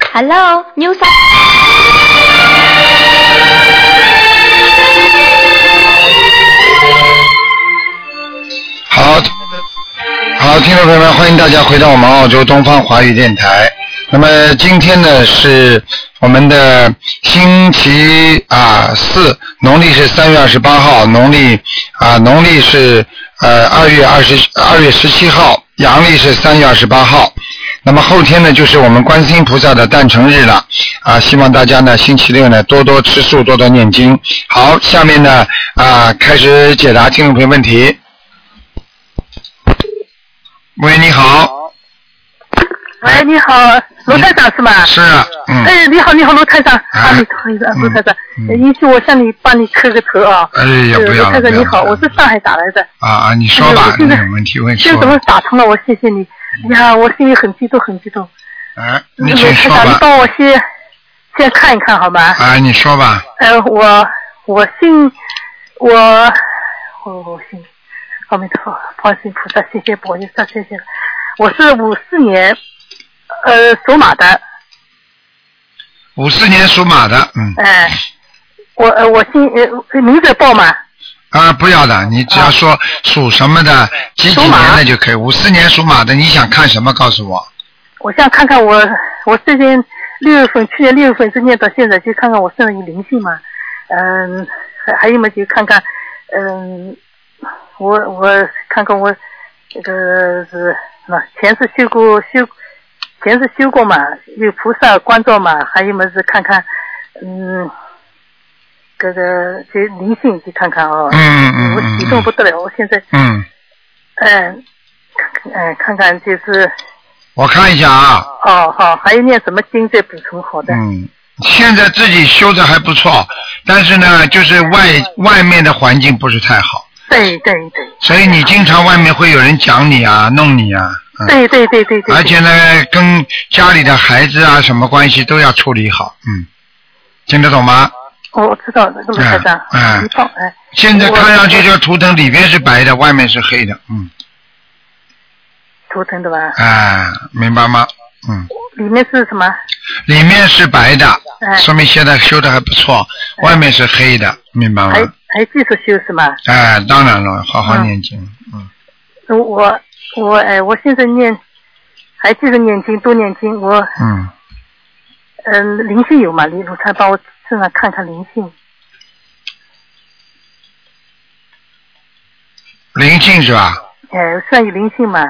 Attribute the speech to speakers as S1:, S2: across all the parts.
S1: Hello New South。
S2: 好，好，听众朋友们，欢迎大家回到我们澳洲东方华语电台。那么今天呢是我们的星期啊四，农历是三月二十八号，农历啊农历是呃二月二十二月十七号，阳历是三月二十八号。那么后天呢，就是我们观世音菩萨的诞辰日了啊！希望大家呢，星期六呢多多吃素，多多念经。好，下面呢啊，开始解答听众朋友问题。喂，你好，
S3: 喂，你好，罗台长是吧？
S2: 是，嗯，
S3: 哎，你好，你好，罗台长，
S2: 哎
S3: 啊，你好，你好罗台长，
S2: 嗯
S3: 呃允许我向你帮你磕个头啊。
S2: 哎呀，
S3: 是
S2: 不
S3: 罗
S2: 要了，
S3: 台
S2: 不
S3: 长
S2: 要
S3: 你
S2: 了
S3: 好，我是上海打来的，
S2: 啊啊，你说
S3: 哎
S2: 吧
S3: 我，
S2: 你
S3: 现在
S2: 有问题问
S3: 这
S2: 说
S3: 怎么
S2: 吧，
S3: 打通了？我谢谢你，哎呀，我心里很激动，很激动。
S2: 哎，
S3: 罗
S2: 你
S3: 台
S2: 请说
S3: 长，你
S2: 吧，
S3: 帮我先先看一看好吗？
S2: 哎，你说吧，
S3: 呃，我我信我我我信阿弥陀佛，观世音菩萨，谢谢佛菩萨，谢谢。我是五四年，呃，属马的，
S2: 五四年属马的，嗯，
S3: 哎、我呃我姓呃名字报嘛，
S2: 啊，不要的，你只要说属什么的，几几
S3: 属马
S2: 年的就可以。五四年属马的，你想看什么？告诉我。
S3: 我想看看我我最近六月份，去年六月份是念到现在，就看看我身上有灵性嘛，嗯，还还有没有就看看，嗯，我我看看我这个是什么前世修过修，前世修过嘛，有菩萨关照嘛，还有么是看看，嗯，这个就灵性去看看哦，
S2: 嗯嗯
S3: 我
S2: 嗯
S3: 激动
S2: 嗯
S3: 不得了，我现在
S2: 嗯，
S3: 嗯，看看嗯看看就是。
S2: 我看一下啊，
S3: 哦，好，还有念什么经再补充好的？
S2: 嗯，现在自己修的还不错，但是呢，就是外
S3: 嗯
S2: 外面的环境不是太好，
S3: 对对对
S2: 所以你经常外面会有人讲你啊，弄你啊，嗯，
S3: 对对对对对。
S2: 而且呢，跟家里的孩子啊什么关系都要处理好，嗯，听得懂吗？
S3: 哦我我知道了，陆台长，
S2: 嗯嗯
S3: 你放哎，
S2: 现在看上去这个图腾里边是白的，外面是黑的，嗯，
S3: 图腾的吧？
S2: 哎，明白吗？嗯，
S3: 里面是什么？
S2: 里面是白的，
S3: 哎，
S2: 说明现在修的还不错，外面是黑的，明白吗？
S3: 还还继续修是吗？
S2: 哎，当然了，好好
S3: 嗯
S2: 念经。嗯，
S3: 我我哎，我现在念，还继续念经，多念经。我
S2: 嗯，
S3: 嗯，灵性有吗？李鲁台帮我身上看看灵性。
S2: 灵性是吧？
S3: 哎，算有灵性嘛？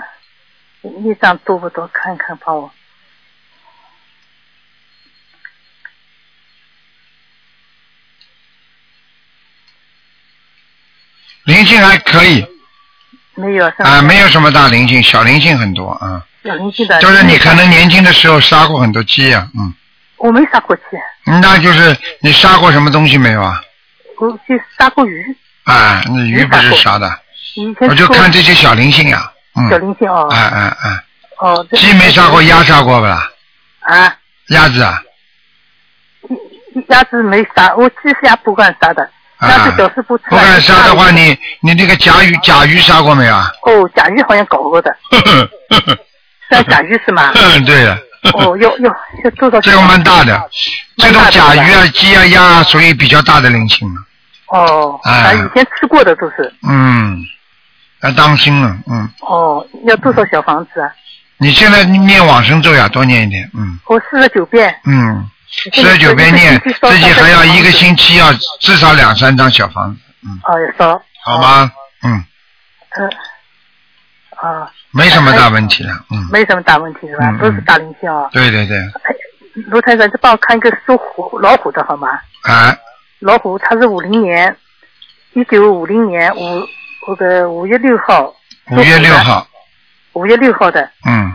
S3: 业障多不多？看看帮我。
S2: 灵性还可以
S3: 没有，
S2: 啊，没
S3: 有
S2: 有什么大灵性，小灵性很多啊。
S3: 有灵性的。
S2: 就是你可能年轻的时候杀过很多鸡啊，嗯，
S3: 我没杀过鸡，
S2: 那就是你杀过什么东西没有啊？
S3: 我就杀过鱼。
S2: 啊，那鱼不是杀的，
S3: 以前
S2: 我就
S3: 吃过
S2: 看这些小灵性啊，
S3: 小
S2: 嗯，
S3: 灵性哦
S2: 哎，哎哎，
S3: 哦，这
S2: 鸡没杀过，鸭杀过不啦？
S3: 啊，
S2: 鸭子啊，
S3: 鸭子没杀，我鸡是鸭不敢杀的，鸭
S2: 啊
S3: 子，小时不吃。
S2: 不敢杀的话，你你那个甲鱼甲鱼杀过没有啊？
S3: 哦，甲鱼好像搞过的，
S2: 呵呵呵呵
S3: 算甲鱼是 吗？
S2: 对呀、
S3: 哦，要要要多少？
S2: 这个蛮大的。，这种甲鱼啊、鸡啊、鸭啊，属于比较大的灵性了。
S3: 哦，
S2: 哎
S3: 啊，以前吃过的都是。
S2: 嗯，要当心了。嗯，
S3: 哦，要多少小房子啊？
S2: 你现在念往生咒呀，多念一点。嗯
S3: 我四十九遍，
S2: 嗯，四十九遍念，自己还要一个。星期要至少两三张小房子，
S3: 哦，要烧。
S2: 好？吗？嗯，
S3: 嗯。啊，
S2: 没什么大问题的。嗯，
S3: 没什么大问题是吧
S2: 嗯嗯？
S3: 都是大灵性啊。
S2: 对对对，
S3: 卢台长，再帮我看一个属虎老虎的好吗？
S2: 哎，
S3: 老虎，他是五零年，一九五零年五那个五月六号，
S2: 五月六号，
S3: 五月六号的，
S2: 嗯，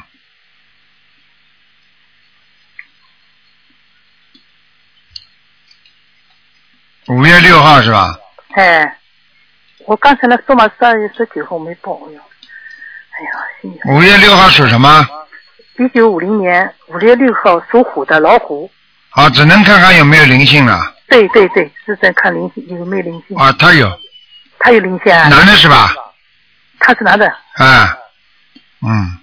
S2: 五月六号是吧？
S3: 哎，我刚才那说嘛，十二月十九号没报哟。哎呀，心里
S2: 五月六号属什么？
S3: 一九五零年五月六号属虎的老虎，
S2: 啊，只能看看有没有灵性了。
S3: 对对对，是在看灵性有没有灵性，
S2: 啊，他有，
S3: 他有灵性啊，
S2: 男的是吧？
S3: 他是男的，
S2: 啊，嗯，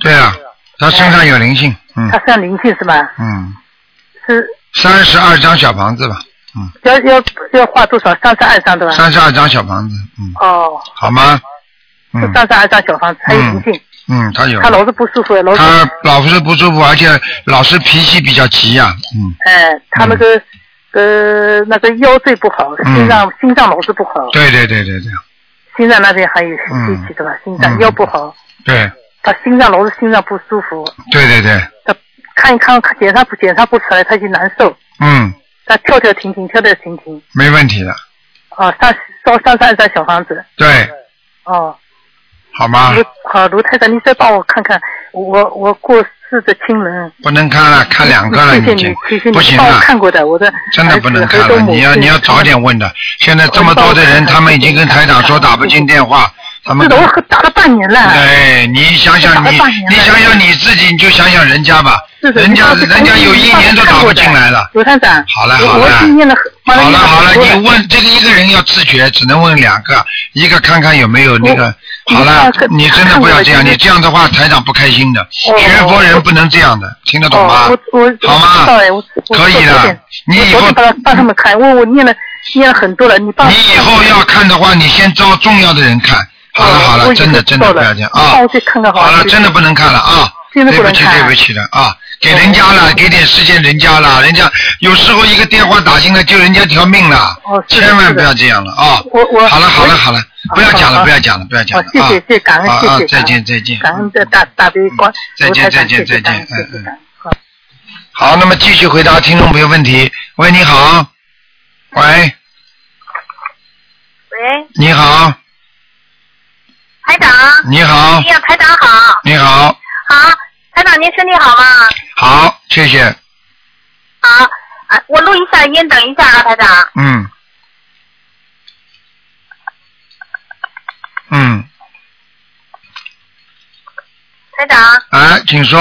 S2: 对啊，他身上有灵性，嗯
S3: 它算灵性是吧？
S2: 嗯，
S3: 是
S2: 三十二张小房子吧，
S3: 要要要画多少？三十二张对吧？
S2: 三十二张小房子，嗯，
S3: 哦，
S2: 好吗？
S3: 是
S2: 嗯
S3: 三十二张小房子，还有
S2: 嗯
S3: 灵性，
S2: 嗯，他有，
S3: 他老是不舒服，老是
S2: 他老是不舒服，而且老是脾气比较急呀、嗯，
S3: 哎，他那个呃那个腰椎不好，
S2: 嗯
S3: 心脏心脏老是不好，
S2: 对对对对对
S3: 心脏那边还有
S2: 嗯
S3: 脾气对吧？心脏
S2: 嗯
S3: 腰不好，
S2: 对
S3: 他心脏老是心脏不舒服，
S2: 对对对，
S3: 他看一看看检查不检查不出来，他就难受，
S2: 嗯，
S3: 他跳跳停停跳跳停停，
S2: 没问题的，
S3: 哦，上烧三十二张小房子，
S2: 对，
S3: 哦，
S2: 好吗？
S3: 卢好卢太太，你再帮我看看我我过世的亲人。
S2: 不能看了，看两个了
S3: 谢谢
S2: 已
S3: 你
S2: 经，
S3: 谢谢你
S2: 不行
S3: 帮我
S2: 了。
S3: 看过的，我的
S2: 真的不能看
S3: 儿
S2: 了
S3: 子，
S2: 你要你要早。点问的。现在这么多的人，他们已经跟台长说打不进电话，他
S3: 是
S2: 们
S3: 的，
S2: 都
S3: 我可打了半年了。
S2: 哎，你想想你
S3: 打了半年，了
S2: 你想想你自己，你就想想人家吧，
S3: 是的
S2: 人家
S3: 你帮我
S2: 人家有一年都打不进来了。
S3: 卢探长，
S2: 好了
S3: 我
S2: 好了
S3: 我今年了，帮
S2: 好
S3: 人
S2: 了
S3: 家
S2: 好了，
S3: 很多
S2: 你问这个一个人要自觉，只能问两个，一个看看有没有那个。
S3: 我
S2: 好了
S3: 你看，看
S2: 你真的不要这样，
S3: 看我
S2: 你这样的话台长不开心的。
S3: 哦
S2: 学佛人不能这样的，听得懂吗？
S3: 哦，我我
S2: 好吗
S3: 我知道哎，我我
S2: 可以
S3: 我昨
S2: 的
S3: 天，
S2: 你以
S3: 我昨
S2: 后
S3: 天帮他帮他们看，我我念了念了很多了，你帮我
S2: 你以后要看的话，你先招重要的人看。好了
S3: 哦
S2: 好
S3: 我
S2: 了，
S3: 已经
S2: 真的真的
S3: 知
S2: 不
S3: 道了
S2: 要这样
S3: 你
S2: 啊
S3: 帮我去看看！好
S2: 好
S3: 了
S2: 了，真的不能看了啊！
S3: 真的
S2: 对
S3: 不
S2: 不
S3: 能
S2: 起
S3: 看哦
S2: 对不起了啊！给人家了，给点时间人家了，人家有时候一个电话打进来救人家一条命了
S3: 哦，是的
S2: 千万
S3: 是
S2: 不
S3: 的
S2: 要这样了啊！
S3: 我我
S2: 好了好了
S3: 我啊
S2: 好了，不要讲了
S3: 好
S2: 不要讲了不要讲
S3: 好
S2: 了，
S3: 谢
S2: 啊！
S3: 谢谢谢，感
S2: 啊
S3: 恩谢
S2: 啊
S3: 谢，
S2: 再见再见。
S3: 感恩的大大悲观，
S2: 再见
S3: 卢台长
S2: 再见
S3: 谢谢
S2: 再见
S3: 感恩谢谢
S2: 嗯嗯
S3: 感恩好
S2: 好，那么继续回答听众朋友问题。喂，你好。喂，
S1: 喂，
S2: 你好，
S1: 台长。
S2: 你好
S1: 哎，呀，台长好。
S2: 你好，
S1: 好，台长您身体好吗？
S2: 好，谢谢，
S1: 好，啊，我录一下音，等一下啊，台长。
S2: 嗯，嗯，
S1: 台长，
S2: 哎，请说。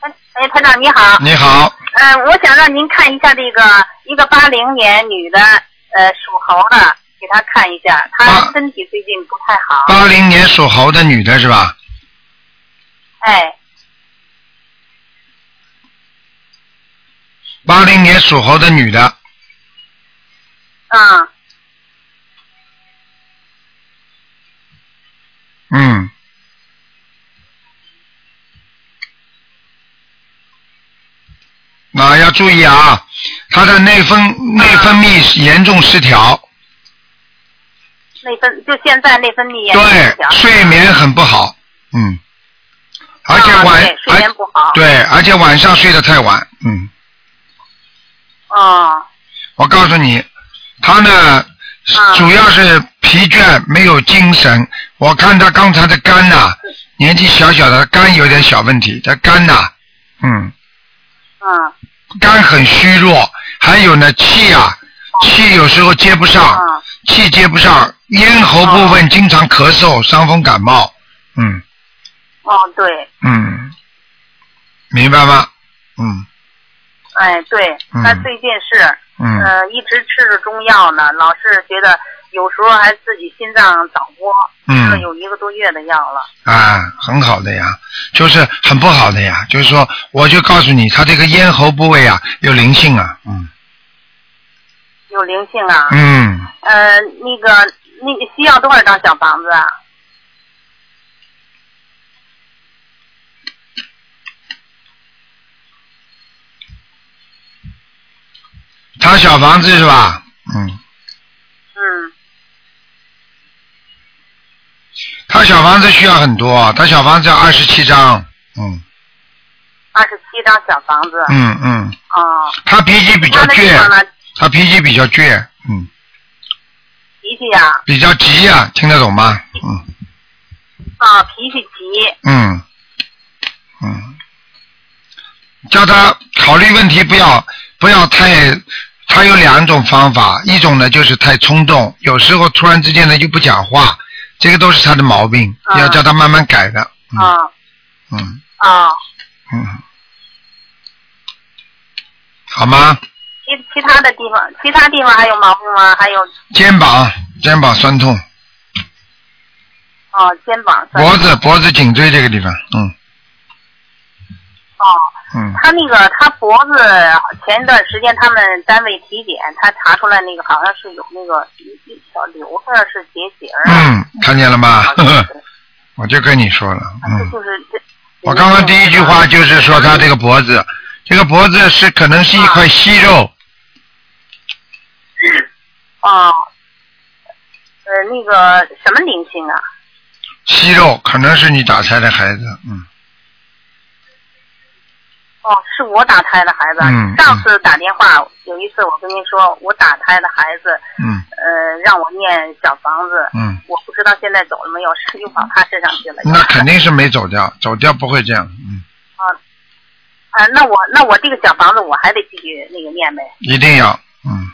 S1: 哎，哎台长你好。
S2: 你好，
S1: 嗯、我想让您看一下这个一个八零年女的，呃，属猴的，给她看一下，
S2: 啊
S1: 她身体最近不太好。
S2: 八零年属猴的女的是吧？
S1: 哎，
S2: 八零年属猴的女的，
S1: 嗯，
S2: 嗯，啊，要注意啊，她的内分内分泌严重失调，
S1: 内分就现在内分泌也
S2: 对
S1: 不调，
S2: 睡眠很不好，嗯，而且
S1: 啊
S2: 晚
S1: 对睡眠不好
S2: 而对，而且晚上睡得太晚，嗯，
S1: 哦，
S2: 我告诉你，他呢
S1: 啊
S2: 主要是疲倦，没有精神。我看他刚才的肝呐、年纪小小的肝有点小问题，他肝呐、嗯，
S1: 嗯，
S2: 肝很虚弱，还有呢气啊，气有时候接不上，
S1: 啊
S2: 气接不上，咽喉部分经常咳嗽、伤风感冒，嗯
S1: 哦，对，
S2: 嗯，明白吗？嗯
S1: 哎，对，
S2: 嗯
S1: 她最近是。
S2: 嗯，
S1: 呃，一直吃着中药呢，老是觉得有时候还自己心脏早搏，
S2: 嗯
S1: 吃了有一个多月的药了。
S2: 啊，很好的呀，就是很不好的呀，就是说，我就告诉你，他这个咽喉部位啊有灵性啊，嗯
S1: 有灵性啊，
S2: 嗯，
S1: 呃，那个，那个需要多少张小房子啊？
S2: 他小房子是吧？嗯，
S1: 嗯，
S2: 他小房子需要很多，他小房子要二十七张，嗯
S1: 二十七张小房子。
S2: 嗯嗯，
S1: 哦，
S2: 他脾气比较
S1: 他的地方
S2: 倔，
S1: 呢？
S2: 他脾气比较倔，嗯，
S1: 脾气呀、
S2: 比较急呀、听得懂吗？嗯
S1: 啊，脾气急。
S2: 嗯嗯，叫他考虑问题不要不要太，他有两种方法，一种呢就是太冲动，有时候突然之间呢就不讲话，这个都是他的毛病，
S1: 啊
S2: 要叫他慢慢改的。嗯
S1: 啊
S2: 嗯
S1: 啊，
S2: 嗯，好吗？
S1: 其其他的地方，其他地方还有毛病吗？还有
S2: 肩膀肩膀酸痛，
S1: 哦，肩膀酸
S2: 脖子脖子颈椎这个地方，嗯
S1: 哦
S2: 嗯，
S1: 他那个他脖子前一段时间他们单位体检，他查出来那个好像是有那个一一小瘤子是结节儿啊，
S2: 嗯，看见了吗？
S1: 好像是
S2: 我就跟你说了，
S1: 这
S2: 嗯，
S1: 就是这。
S2: 我刚刚第一句话就是说他这个脖子，这个脖子是可能是一块息肉，
S1: 哦，呃，那个什么灵性啊？
S2: 息肉可能是你打胎的孩子，嗯，
S1: 哦，是我打胎的孩子啊。
S2: 嗯
S1: 上次打电话有一次，我跟您说，我打胎的孩子，
S2: 嗯
S1: 呃，让我念小房子，
S2: 嗯，
S1: 我不知道现在走了没有，是又跑他身上去了。
S2: 那肯定是没走掉，走掉不会这样，嗯，
S1: 啊，那我那我这个小房子我还得继续那个念呗。
S2: 一定要，嗯，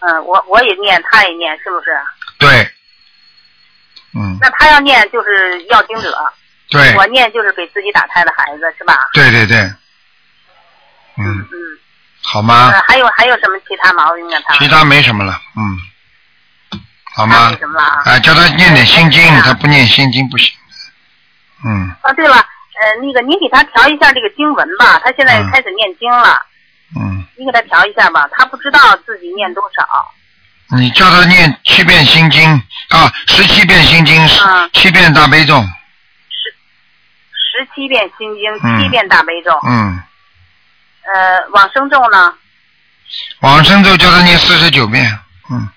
S1: 嗯，我我也念，他也念，是不是？
S2: 对，嗯，
S1: 那他要念就是要经者，
S2: 对，
S1: 我念就是给自己打胎的孩子，是吧？
S2: 对对对，嗯，
S1: 嗯。
S2: 好吗
S1: 呃？还有还有什么其他毛病啊？他
S2: 其他没什么了，嗯，好
S1: 他
S2: 吗
S1: 那？什么了啊？
S2: 啊，叫他念点心经
S1: 哎，
S2: 他不念心经不行。嗯
S1: 啊，对了，呃，那个您给他调一下这个经文吧，他现在
S2: 嗯
S1: 开始念经了，
S2: 嗯，
S1: 你给他调一下吧，他不知道自己念多少。
S2: 你叫他念七遍心经啊，十七遍心经，十
S1: 嗯
S2: 七遍大悲咒。
S1: 十七遍心经，
S2: 嗯
S1: 七遍大悲咒，
S2: 嗯，
S1: 呃，往生咒呢？
S2: 往生咒叫他念四十九遍。嗯，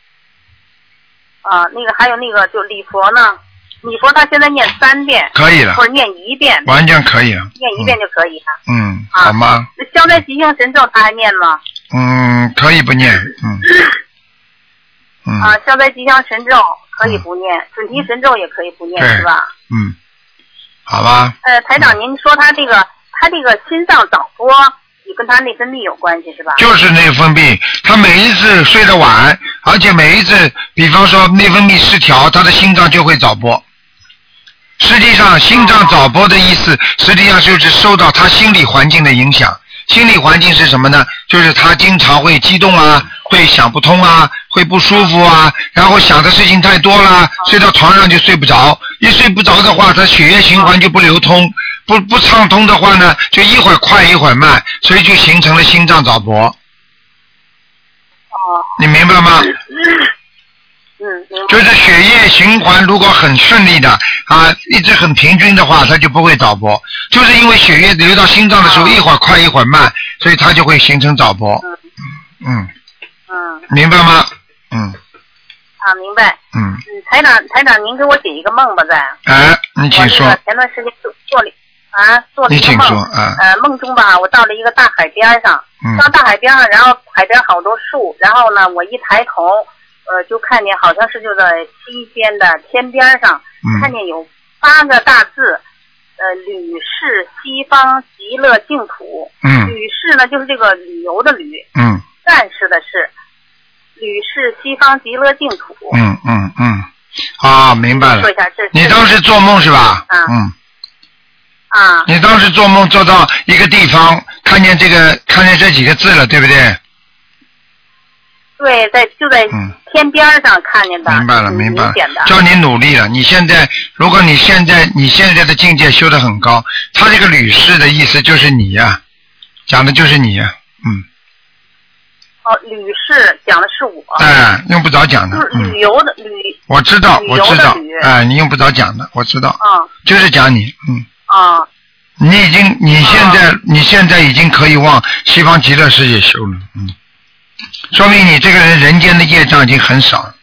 S1: 啊，那个还有那个就礼佛呢，礼佛他现在念三遍
S2: 可以了
S1: 或，者念一遍，
S2: 完全可以了。
S1: 念一遍就可以了。
S2: 嗯，嗯
S1: 啊
S2: 好吗？
S1: 那消灾吉祥神咒他还念吗？
S2: 嗯，可以不念。嗯嗯
S1: 啊，消灾吉祥神咒可以不念，准提神咒也可以不念，
S2: 对
S1: 是吧？
S2: 嗯，好吧。
S1: 呃，台长，您说他这个他这个心脏早搏，也跟他内分泌有关系是吧？
S2: 就是内分泌，他每一次睡得晚，而且每一次，比方说内分泌失调，他的心脏就会早搏。实际上，心脏早搏的意思，实际上就是受到他心理环境的影响。心理环境是什么呢？就是他经常会激动啊，会想不通啊，会不舒服啊，然后想的事情太多了，睡到床上就睡不着。一睡不着的话，他血液循环就不流通，不不畅通的话呢，就一会儿快一会儿慢，所以就形成了心脏早搏。
S1: 哦，
S2: 你明白吗？
S1: 嗯，明白。
S2: 就是血液循环如果很顺利的啊，一直很平均的话，它就不会早搏。就是因为血液流到心脏的时候，
S1: 哦
S2: 一会儿快一会儿慢，所以它就会形成早搏。嗯，
S1: 嗯
S2: 明白吗？嗯
S1: 啊，明白。
S2: 嗯，
S1: 嗯，台长，台长，您给我解一个梦吧，再。
S2: 哎，你
S1: 我这
S2: 请
S1: 个
S2: 说，
S1: 前段时间做做了啊，做了
S2: 你
S1: 一个
S2: 请说
S1: 梦。
S2: 啊，
S1: 呃，梦中吧，我到了一个大海边上，
S2: 嗯
S1: 到大海边上，然后海边好多树，然后呢，我一抬头，呃，就看见好像是就在西边的天边上，看
S2: 嗯
S1: 见有八个大字，呃，旅是西方极乐净土。
S2: 嗯
S1: 旅是呢，就是这个旅游的旅，
S2: 嗯
S1: 战士的士，旅是西方极乐净土。
S2: 嗯嗯嗯，啊，明白了
S1: 说一。下这是
S2: 你当时做梦是吧？
S1: 嗯
S2: 嗯。
S1: 啊，
S2: 你当时做梦做到一个地方，看见这个，看见这几个字了，对不对？
S1: 对，在就在
S2: 嗯
S1: 天边上看见的，
S2: 明白了，
S1: 嗯
S2: 明白了
S1: 明显的，
S2: 叫你努力了。你现在，如果你现在你现在的境界修得很高，他这个吕氏的意思就是你呀、讲的就是你呀、嗯，
S1: 哦，旅是讲的是我，
S2: 哎，用不着讲的
S1: 就是，
S2: 嗯
S1: 旅，游的旅，
S2: 我知道，
S1: 旅游
S2: 我
S1: 的
S2: 知道
S1: 旅，
S2: 哎，你用不着讲的，我知道，
S1: 啊
S2: 就是讲你，嗯，
S1: 啊
S2: 你已
S1: 哦
S2: 经，你现在，你现在已经可以往西方极乐世界修了，嗯，说明你这个人人间的业障已经很少了，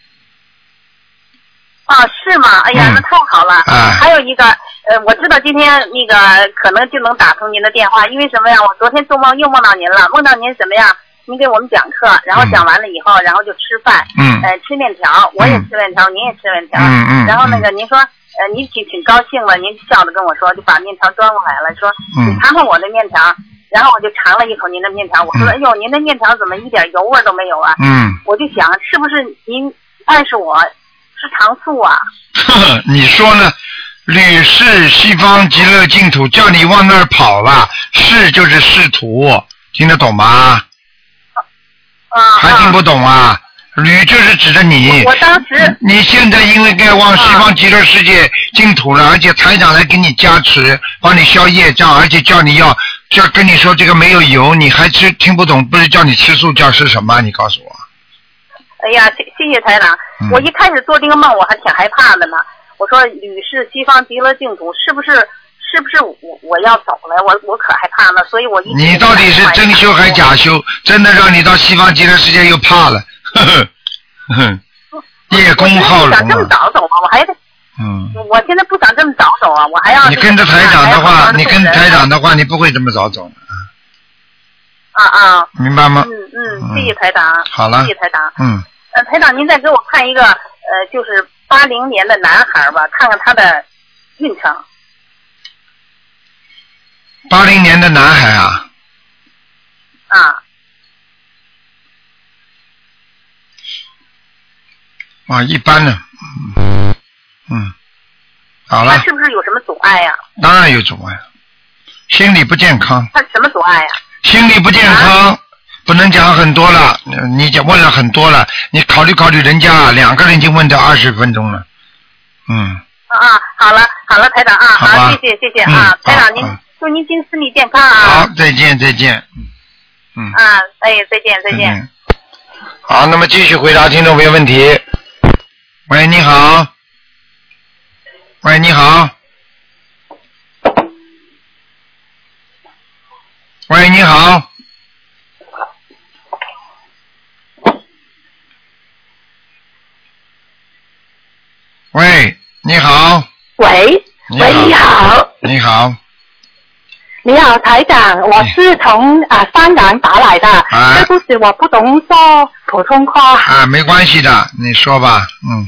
S1: 啊，是吗？哎呀，
S2: 嗯
S1: 那太好了。
S2: 哎
S1: 还有一个，呃，我知道今天那个可能就能打通您的电话，因为什么呀？我昨天做梦又梦到您了，梦到您什么呀？您给我们讲课，然后
S2: 嗯
S1: 讲完了以后，然后就吃饭，
S2: 嗯
S1: 呃，吃面条，我也吃面条，您也吃面条，
S2: 嗯嗯
S1: 然后那个您说，呃，您挺挺高兴了，您笑着跟我说，就把面条端过来了，说
S2: 嗯
S1: 你尝尝我的面条，然后我就尝了一口您的面条，我说，
S2: 嗯
S1: 哎呦，您的面条怎么一点油味儿都没有啊？
S2: 嗯。
S1: 我就想，是不是您暗示我吃糖醋啊？
S2: 你说呢？吕是西方极乐净土，叫你往那儿跑了，是就是仕途，听得懂吗？
S1: 啊，
S2: 还听不懂啊？驴就是指的你。
S1: 我当时
S2: 你现在因为该往西方极乐世界净土了，而且台长来给你加持，帮你消业障，而且叫你要叫跟你说这个没有油，你还吃听不懂，不是叫你吃素，叫吃什么啊？你告诉我。
S1: 哎呀，谢谢谢台长
S2: 嗯。
S1: 我一开始做这个梦，我还挺害怕的呢。我说吕氏西方极乐净土，是不是是不是我我要走了？我我可害怕了，所以我一直
S2: 你到底是真修还假修？真的让你到西方极乐世界又怕 了，呵呵，呵呵叶公好
S1: 我
S2: 龙
S1: 现在不想这么
S2: 啊，
S1: 早走啊，我还得
S2: 嗯。
S1: 我现在不想这么早走啊，我还要
S2: 你跟着台长的
S1: 还要
S2: 话，
S1: 好好
S2: 你跟
S1: 做人
S2: 台长的话，你不会这么早走的，
S1: 啊啊，
S2: 明白吗
S1: 嗯？嗯，谢谢台长，
S2: 好了
S1: 谢谢台长。
S2: 嗯，
S1: 呃，台长，您再给我看一个呃，就是八零年的男孩吧，看看他的运程。
S2: 八零年的男孩啊，
S1: 啊，
S2: 啊，一般的，嗯嗯，好
S1: 他
S2: 了，
S1: 是不是有什么阻碍呀、
S2: 当然有阻碍了，心理不健康，
S1: 他什么啊阻碍呀、
S2: 心理不健康，不能讲很多了，呃你讲问了很多了，你考虑考虑人家，两个人已经问到二十分钟了，嗯，
S1: 啊啊，好了好了，台长啊，
S2: 好吧
S1: 好，谢谢谢谢啊
S2: 嗯，
S1: 台
S2: 好
S1: 长您
S2: 嗯
S1: 祝您今身体健康啊
S2: 好，，再见再见，嗯，
S1: 啊，哎，再见再见。
S2: 嗯。好，那么继续回答听众朋友问题。喂，你好。喂，你好。喂，你好。喂，你好。
S4: 喂，
S2: 你
S4: 喂，你好，
S2: 你好，
S4: 你好，台长，我是从啊香港打来的，
S2: 嗯啊
S4: 对不起，我不懂说普通话。
S2: 啊，没关系的，你说吧，嗯，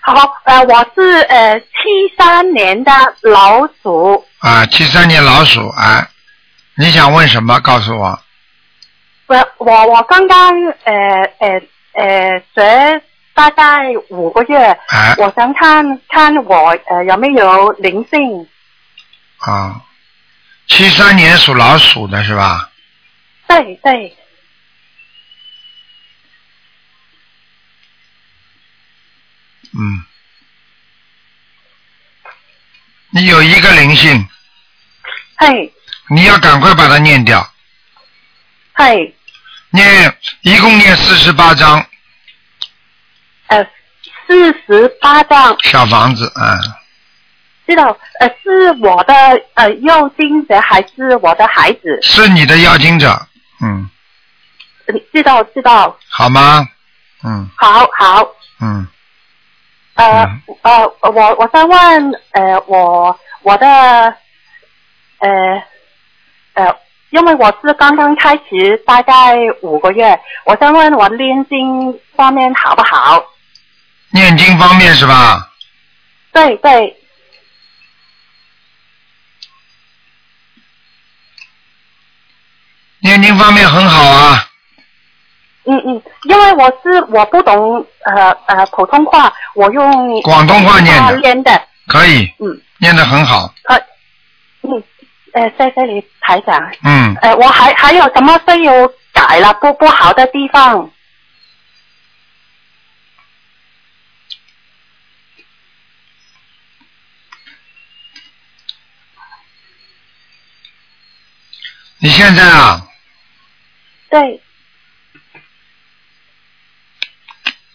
S4: 好，呃，我是呃七三年的老鼠，
S2: 啊，七三年老鼠啊，你想问什么？告诉我。
S4: 我呃我我刚刚呃呃呃学大概五个月，
S2: 哎
S4: 我想看看我呃有没有灵性，
S2: 啊，七三年属老鼠的是吧？
S4: 对对，
S2: 嗯，你有一个灵性，
S4: 嘿
S2: 你要赶快把它念掉，
S4: 嘿，
S2: 念一共念四十八章
S4: 呃四十八张。
S2: 小房子啊、嗯
S4: 知道，呃，是我的呃幼金者还是我的孩子？
S2: 是你的要经者，嗯，
S4: 呃知道知道，
S2: 好吗？嗯
S4: 好好，
S2: 嗯，
S4: 呃、呃，我我想问，呃，我我的，呃呃，因为我是刚刚开始，大概五个月，我想问我练经方面好不好？
S2: 念经方面是吧？
S4: 对对，
S2: 念经方面很好啊，
S4: 嗯嗯，因为我是我不懂呃呃普通话，我用
S2: 广东话念的
S4: 练的，
S2: 可以
S4: 嗯。
S2: 念得很好，
S4: 呃，嗯，呃，谢谢你，台长。
S2: 嗯，
S4: 呃，我还还有什么需要改了不不好的地方？
S2: 你现在啊，
S4: 对，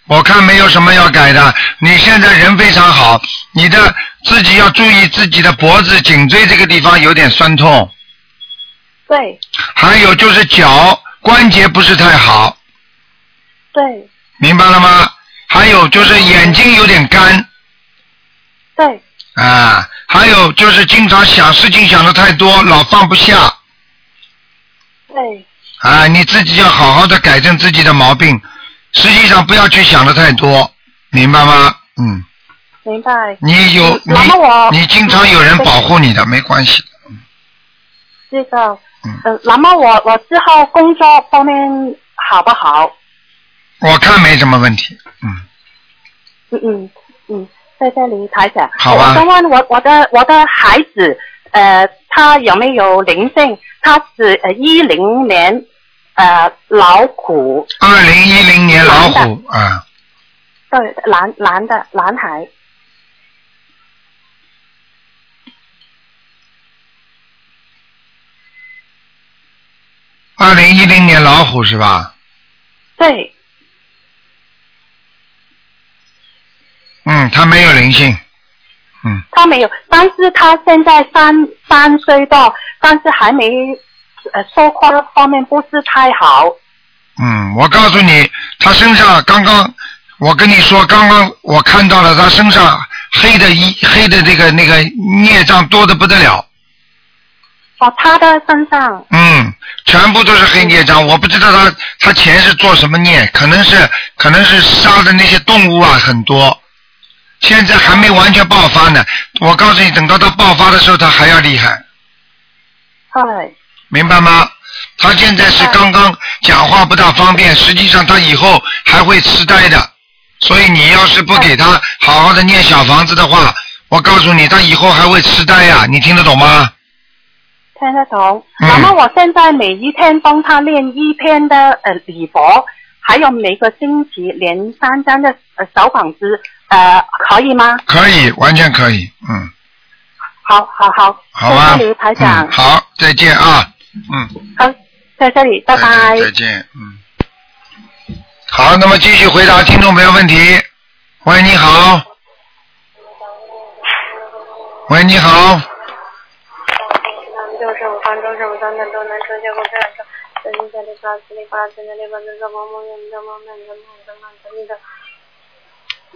S2: 我看没有什么要改的。你现在人非常好，你的自己要注意自己的脖子、颈椎这个地方有点酸痛，
S4: 对，
S2: 还有就是脚关节不是太好，
S4: 对，
S2: 明白了吗？还有就是眼睛有点干
S4: 对，
S2: 啊，还有就是经常想事情想的太多，老放不下
S4: 对，
S2: 啊。你自己要好好的改正自己的毛病，实际上不要去想的太多，明白吗？嗯，
S4: 明白，
S1: 啊
S2: 你有
S4: 嗯
S2: 你
S4: 那么我嗯
S2: 你经常有人保护你的，没关系。
S4: 知道。
S2: 嗯
S4: 呃，那么我我之后工作方面好不好？
S2: 我看没什么问题，嗯，
S4: 嗯嗯嗯，谢谢你，台长。
S2: 好
S4: 我
S2: 啊吧
S4: 想问我我的我的孩子，呃，他有没有灵性？他是呃一零年呃老虎，
S2: 二零一零年老虎啊，
S4: 对，男男的男孩，
S2: 二零一零年老虎是吧？
S4: 对，
S2: 嗯，他没有灵性，嗯，
S4: 他没有，但是他现在三三岁多，但是还没呃说话方面不是太好，
S2: 嗯，我告诉你，他身上刚刚，我跟你说，刚刚我看到了他身上黑的一黑的这个那个孽障多的不得了，
S4: 哦，他的身上
S2: 嗯，全部都是黑孽障。我不知道他他前世做什么孽，可能是可能是杀的那些动物啊很多，现在还没完全爆发呢。我告诉你，等到他爆发的时候，他还要厉害，
S4: 对，
S2: 明白吗？他现在是
S4: 明白
S2: 刚刚讲话不大方便，实际上他以后还会痴呆的，所以你要是不给他好好的念小房子的话，我告诉你，他以后还会痴呆呀、你听得懂吗？
S4: 听得懂。
S2: 嗯
S4: 然后我现在每一天帮他练一篇的呃礼佛，还有每个星期练三张的呃小广子，呃，可以吗？
S2: 可以，完全可以，嗯。
S4: 好好好，
S2: 好吧，
S4: 谢谢你台长。
S2: 嗯好，再见啊，嗯，
S4: 好，在这里，拜拜。
S2: 哎再见，再见，嗯。好，那么继续回答听众朋友问题。喂，你好。喂，你好，
S5: 六正方正正三正都能成就共产党。真心的发自内发自内内发自内梦梦见的梦梦见的梦梦见的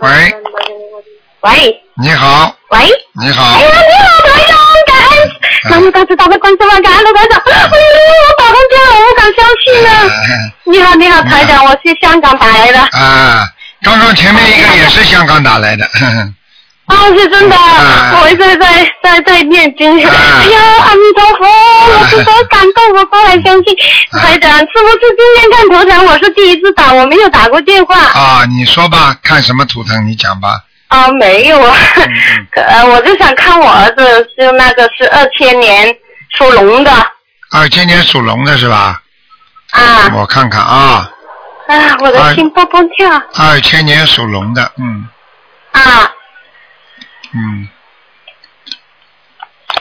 S2: 喂，
S5: 梦。
S6: 喂
S2: 你好，
S6: 喂，
S2: 你
S6: 哎
S2: 好
S6: 呀，，你好，台长，感恩，南无大慈大悲观世音感恩卢台长，哎呦，我打通电话，我不敢相信呢。
S2: 哎
S6: 你好，你好，台长，我是香港打来的，
S2: 啊，刚刚前面一个也是香港打来的， 呵呵
S6: 啊，是真的，
S2: 啊
S6: 我一直在在在念经，
S2: 啊
S6: 哎呀，阿弥陀佛，我是多感动，我不敢相信，
S2: 啊
S6: 台长，是不是今天看头场，我是第一次打，我没有打过电话。
S2: 啊，你说吧，看什么图腾，你讲吧，
S6: 啊，没有啊
S2: 嗯嗯，
S6: 可呃，我就想看我儿子是那个是二千年属龙的
S2: 二千年属龙的是吧？
S6: 啊
S2: 我看看啊，
S6: 啊，我
S2: 啊
S6: 的心砰砰跳
S2: 二千年属龙的，嗯。
S6: 啊，
S2: 嗯，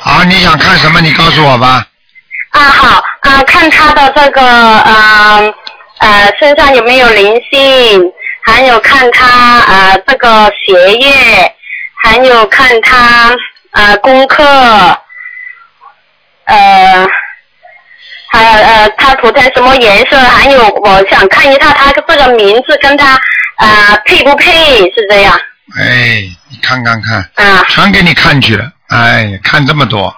S2: 好，你想看什么？你告诉我吧。
S6: 啊好啊，看他的这个呃呃身上有没有灵性，还有看他呃这个学业，还有看他呃功课，呃。还有呃，他涂成什么颜色？还有，我想看一下他这个名字跟他呃配不配是这样
S2: 哎，你看看看，
S6: 啊？
S2: 全给你看去了。哎，看这么多，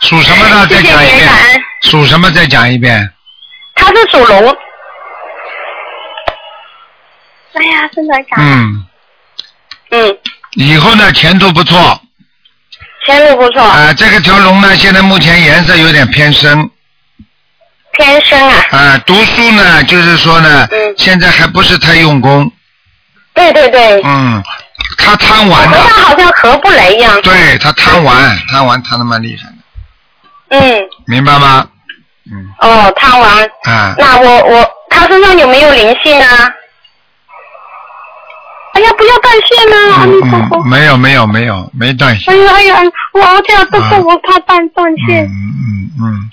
S2: 属什么的？
S6: 谢
S2: 再
S6: 谢
S2: 讲一
S6: 您
S2: 遍
S6: 感。恩。
S2: 属什么？再讲一遍。
S6: 他是属龙。哎呀，真的感恩。
S2: 嗯，
S6: 嗯，
S2: 以后呢前途不错。
S6: 前路不错，
S2: 啊、这个条龙呢，现在目前颜色有点偏深。
S6: 天生啊。
S2: 啊、读书呢，就是说呢，
S6: 嗯
S2: 现在还不是太用功。
S6: 对对对，
S2: 嗯，他贪玩
S6: 和
S2: 的
S6: 他，好像合不来一样。
S2: 对他贪玩，贪玩贪的蛮厉害的，
S6: 嗯，
S2: 明白吗？嗯，
S6: 哦，贪玩。
S2: 啊、
S6: 那我我他身上有没有灵性啊？哎呀，不要断线啊！阿弥
S2: 嗯
S6: 陀佛
S2: 嗯，。没有没有没有没断线
S6: 哎。呀哎呀，我这样都
S2: 啊
S6: 是我怕断断
S2: 嗯
S6: 线。
S2: 嗯嗯，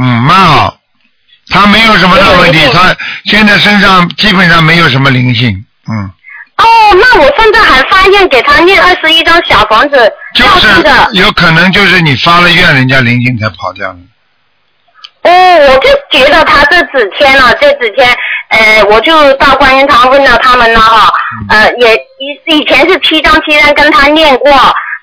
S2: 嗯，蛮好。他没有什么大问题
S6: 没有灵性，
S2: 他现在身上基本上没有什么灵性，嗯，
S6: 哦，那我现在还发愿给他念二十一张小房子，
S2: 就
S6: 要
S2: 是
S6: 记的。
S2: 有可能就是你发了愿，人家灵性才跑掉了。
S6: 哦，我就觉得他这几天了、这几天，呃，我就到观音堂问到他们了哈，
S2: 嗯
S6: 呃，也以以前是七张七张跟他念过，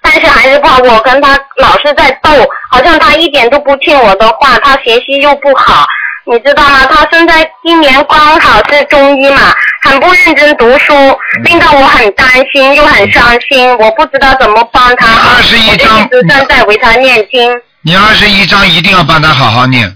S6: 但是还是不好，我跟他老是在斗，好像他一点都不听我的话，他学习又不好，你知道吗？他现在今年刚好是中医嘛，很不认真读书，
S2: 嗯
S6: 令到我很担心又很伤心，我不知道怎么帮他，
S2: 二十一
S6: 我就
S2: 张
S6: 一直正在为他念经，
S2: 你二十一章一定要帮他好好念，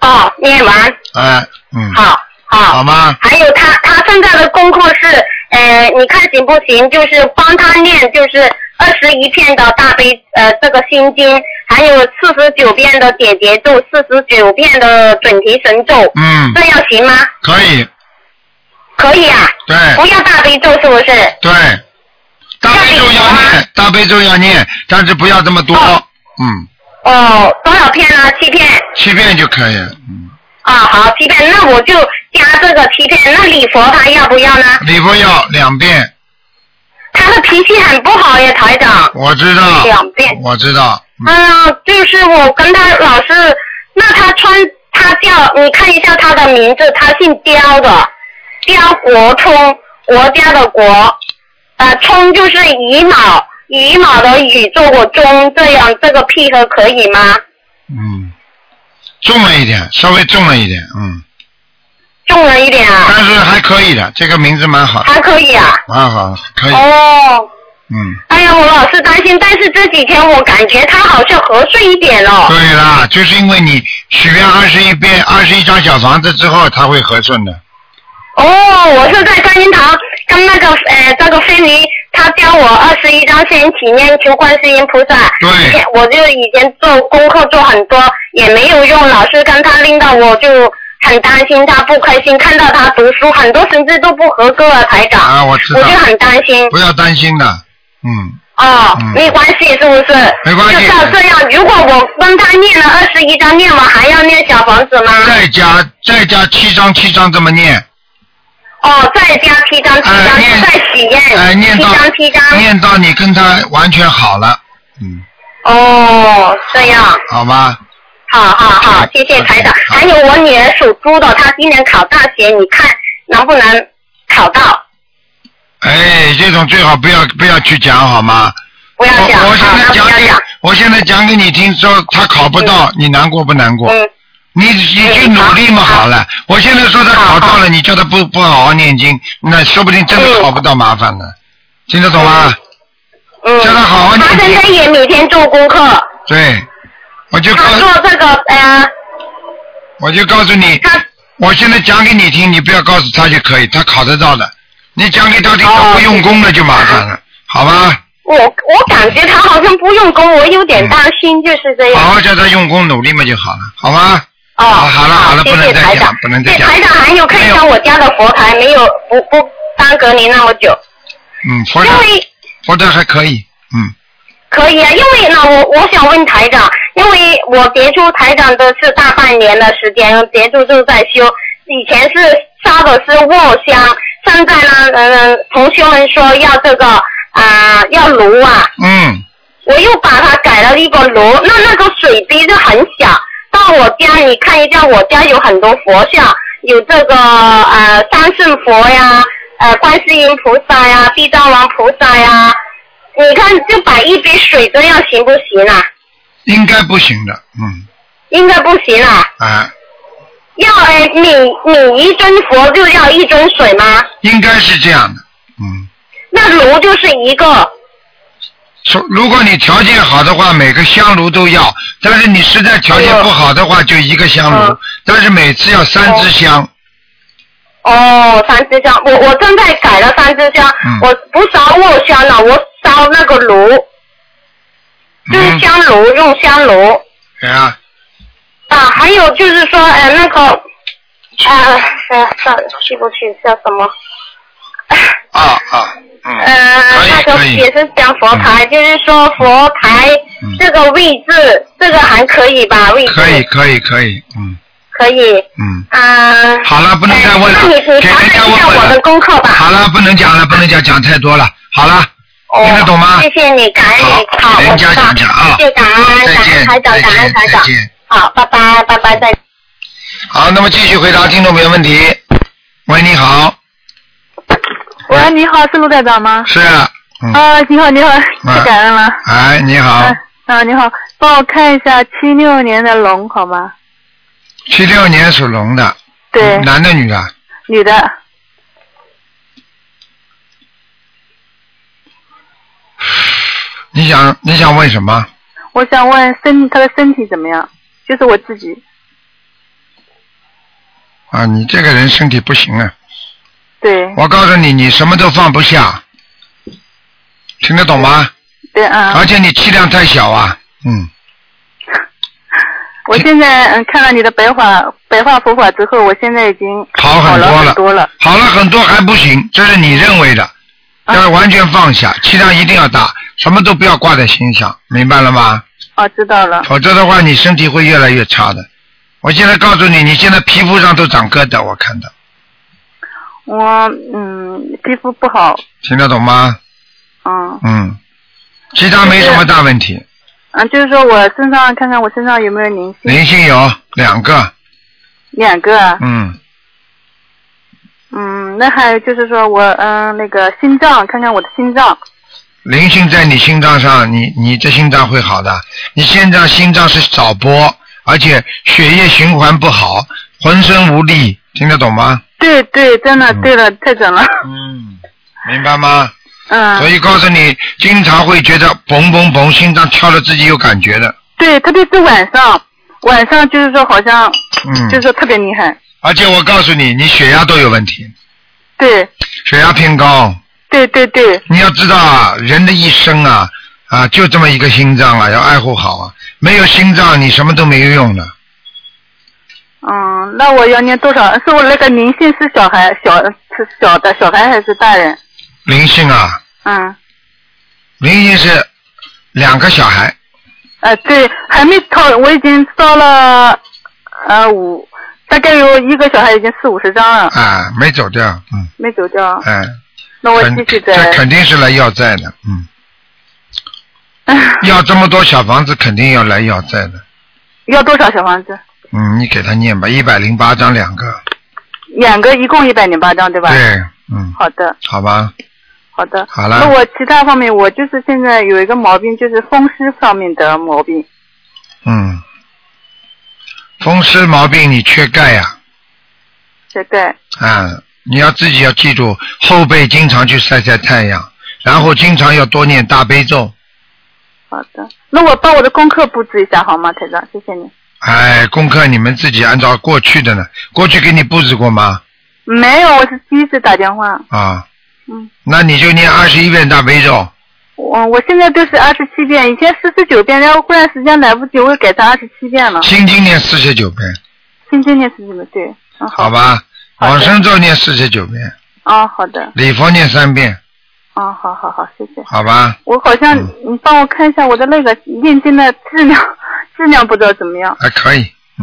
S6: 哦，念完，
S2: 哎、嗯，
S6: 好，好
S2: 好吗？
S6: 还有他他现在的功课是，呃，你看行不行？就是帮他念，就是二十一片的大悲呃这个心经，还有四十九遍的解结咒，四十九遍的准提神咒，
S2: 嗯
S6: 这，样行吗？
S2: 可以，
S6: 可以啊，
S2: 对
S6: 不要大悲咒是不是？
S2: 对，大悲咒要念，大悲咒要念，但是不要这么多，
S6: 哦
S2: 嗯，
S6: 哦，多少片呢？七片。
S2: 七遍就可以了。嗯，
S6: 啊，好，七片，那我就加这个七片。那礼佛他要不要呢？
S2: 礼佛要两遍，
S6: 他的脾气很不好耶，台长。
S2: 我知道，
S6: 两遍
S2: 我知道，嗯，
S6: 嗯，就是我跟他老是，那他穿他叫你看一下他的名字，他姓刁的，刁国冲，国家的国，呃，冲就是乙卯，乙卯的乙做过中，这样这个屁合可以吗？
S2: 嗯，重了一点，稍微重了一点，嗯，
S6: 重了一点啊，
S2: 但是还可以的，这个名字蛮好，
S6: 还可以啊。
S2: 蛮好，可以，
S6: 哦，
S2: 嗯，
S6: 哎呀，我老是担心，但是这几天我感觉他好像和顺一点哦了。
S2: 对啦，就是因为你许愿二十一遍、二十一张小房子之后，他会和顺的。
S6: 哦，我是在观音堂跟那个呃这个菲尼，他教我二十一张先体念求观世音菩萨。
S2: 对
S6: 以前我就以前做功课做很多也没有用，老师跟他拎到我就很担心他不开心，看到他读书很多神志都不合格啊，台长。
S2: 啊我知道
S6: 就很担心。
S2: 不要担心的，嗯，
S6: 哦，
S2: 嗯
S6: 没关系，是不是？
S2: 没关系
S6: 就照这样，如果我跟他念了二十一章，念完还要念小房子吗？
S2: 再加再加七张七张这么念，
S6: 哦，再加七张，七
S2: 哎
S6: 张，
S2: 念
S6: 再许愿，
S2: 哎、念
S6: 七
S2: 到
S6: 张，七张。
S2: 念到你跟他完全好了，嗯，
S6: 哦，这样，
S2: 好吗？
S6: 好好好，谢谢台长。
S2: 嗯好
S6: 还有我女儿属猪的，她今年考大学，你看能不能考到？
S2: 哎，这种最好不要不要去讲好吗？
S6: 不要讲，
S2: 我我现
S6: 好，
S2: 在
S6: 那不
S2: 讲
S6: 要
S2: 给
S6: 讲。
S2: 我现在讲给你听，说他考不到，你难过不难过？
S6: 嗯，
S2: 你你去努力嘛，好了。我现在说他考到
S6: 嗯
S2: 了，你叫他不不好好念经，那说不定真的考不到，麻烦了。听得懂吗？
S6: 嗯，
S2: 叫他好好念
S6: 她现在也每天做功课，
S2: 对，我就告
S6: 她做这个呃，
S2: 我就告诉你，
S6: 她
S2: 我现在讲给你听，你不要告诉他就可以，他考得到的。你讲给他听，
S6: 哦
S2: 他不用功了就麻烦了，好吧？
S6: 我我感觉她好像不用功，我有点担心，就是这
S2: 好
S6: 样。
S2: 好叫他用功努力嘛就好了，好吗？
S6: 哦，
S2: 好了好了，
S6: 谢
S2: 不能
S6: 谢
S2: 再
S6: 台
S2: 讲
S6: 长，，
S2: 不能再
S6: 谢谢
S2: 讲。
S6: 台长，还有看一下我家的佛台，没有不不耽搁您那么久，
S2: 嗯，佛
S6: 因
S2: 的
S6: 为。
S2: 佛的还可以，嗯，
S6: 可以啊，因为呢，我我想问台长，因为我接触台长的是大半年的时间，接触就在修，以前是烧的是卧香，现在呢，嗯、同学们说要这个啊、要炉啊，
S2: 嗯，
S6: 我又把它改了一个炉，那那个水滴就很小。到我家你看一下，我家有很多佛像，有这个呃三圣佛呀，呃观世音菩萨呀，地藏王菩萨呀。你看，就摆一杯水这样行不行啊？
S2: 应该不行的，嗯，
S6: 应该不行啊。
S2: 啊，
S6: 要哎，抿抿一尊佛就要一尊水吗？
S2: 应该是这样的，嗯，
S6: 那炉就是一个。
S2: 说如果你条件好的话，每个香炉都要；但是你实在条件不好的话，就一个香炉
S6: 嗯，
S2: 但是每次要三支香，
S6: 哦，三支香，我我正在改了三支香，
S2: 嗯
S6: 我不烧卧香了，我烧那个炉，就是
S2: 嗯，
S6: 香炉，用香炉
S2: 对啊，
S6: 啊。还有就是说，呃，那个，呃，呃，算了，对不起，叫什么？
S2: 啊啊，嗯，
S6: 呃
S2: 可以，
S6: 那
S2: 可
S6: 个
S2: 以
S6: 也是讲佛台，就是说佛台
S2: 嗯
S6: 这个位置，这个还可以吧？位置
S2: 可以，可以，可以，嗯
S6: 可以，
S2: 嗯，
S6: 啊。
S2: 好了，不能再问
S6: 哎那
S2: 了
S6: 你，你
S2: 给
S6: 调整一
S2: 人家
S6: 下
S2: 问
S6: 我
S2: 问
S6: 的
S2: 了。
S6: 功课吧。
S2: 好了，不能讲了，不能讲，讲太多了。好了，
S6: 哦
S2: 听得懂吗
S6: 谢谢你，感恩你，
S2: 好
S6: 好，我
S2: 人
S6: 知
S2: 家
S6: 道
S2: 讲讲啊
S6: 谢谢感恩，
S2: 再
S6: 感
S2: 见
S6: 恩台长，感恩台
S2: 再见
S6: 长
S2: 再见，
S6: 好，拜拜，拜拜，再见。
S2: 好，那么继续回答听众朋友问题。喂，你好，
S3: 喂，你好，是陆队长吗？
S2: 是啊，嗯，
S3: 啊，你好，你好，太感恩了。
S2: 哎，你好
S3: 啊，啊，你好，帮我看一下七六年的龙好吗？
S2: 七六年属龙的，
S3: 对，
S2: 男的女的？
S3: 女的，
S2: 你想你想问什么？
S3: 我想问身她的身体怎么样？就是我自己，
S2: 啊，你这个人身体不行啊！
S3: 对，
S2: 我告诉你，你什么都放不下，听得懂吗？
S3: 对啊，
S2: 而且你气量太小啊，嗯，
S7: 我现在嗯看了你的白话白话佛法之后，我现在已经
S2: 好
S7: 好
S2: 很
S7: 了
S2: 多了，
S7: 很多了。
S2: 好了很多还不行，这是你认为的，
S7: 啊
S2: 要完全放下，气量一定要大，什么都不要挂在心上，明白了吗？
S7: 哦，知道了。
S2: 否则的话，你身体会越来越差的。我现在告诉你，你现在皮肤上都长疙瘩，我看到，
S7: 我嗯皮肤不好，
S2: 听得懂吗？
S7: 嗯
S2: 嗯，其他没什么大问题，
S7: 嗯，就是说我身上看看我身上有没有灵性，
S2: 灵性有两个，
S7: 两个啊。
S2: 嗯，
S7: 嗯，那还有就是说我嗯那个心脏，看看我的心脏。
S2: 灵性在你心脏上，你你这心脏会好的。你现在心脏是早搏，而且血液循环不好，浑身无力，听得懂吗？
S7: 对对，真的，对了，太准了。
S2: 嗯，明白吗？
S7: 嗯，
S2: 所以告诉你，经常会觉得嘣嘣嘣，心脏跳了自己有感觉的。
S7: 对，特别是晚上，晚上就是说好像
S2: 嗯，
S7: 就是说特别厉害。
S2: 而且我告诉你，你血压都有问题，
S7: 对
S2: 血压偏高。
S7: 对对对，
S2: 你要知道啊，人的一生啊啊，就这么一个心脏啊，要爱护好啊。没有心脏，你什么都没有用的。
S7: 嗯，那我要念多少？是我那个灵性是小孩小是小的小孩还是大人？
S2: 灵性啊，
S7: 嗯，
S2: 灵性是两个小孩，
S7: 呃，对，还没超，我已经烧了呃五，大概有一个小孩已经四五十张了，
S2: 啊，没走掉，嗯，
S7: 没走掉。
S2: 哎、
S7: 哦那我
S2: 肯
S7: 继续
S2: 这
S7: 再，
S2: 肯定是来要债的， 嗯，要这么多小房子，肯定要来要债的，
S7: 要多少小房子？
S2: 嗯，你给他念吧，一百零八张两个，
S7: 两个，一共一百零八张，对吧？
S2: 对，嗯，
S7: 好的，
S2: 好吧，
S7: 好的。
S2: 好了
S7: 那我其他方面，我就是现在有一个毛病，就是风湿方面的毛病。
S2: 嗯，风湿毛病你缺钙呀、
S7: 对对，
S2: 啊，你要自己要记住，后背经常去晒晒太阳，然后经常要多念大悲咒，
S7: 好的。那我把我的功课布置一下好吗，台长？谢谢你。
S2: 哎，功课你们自己按照过去的呢，过去给你布置过吗？
S7: 没有，我是第一次打电话。
S2: 啊，
S7: 嗯，
S2: 那你就念二十一遍大悲咒，
S7: 我我现在都是二十七遍，以前四十九遍，然后忽然时间来不及，我又改成二十七遍了。
S2: 心经念四十九遍，
S7: 新经念是什么？对，嗯好
S2: 好。吧？
S7: 好的
S2: 往生咒念四十九遍，
S7: 啊、好的，
S2: 礼佛念三遍，
S7: 啊、好好好，谢谢。
S2: 好吧？
S7: 我好像、
S2: 嗯
S7: 你帮我看一下我的那个念经的质量，质量不知道怎么样，
S2: 还可以，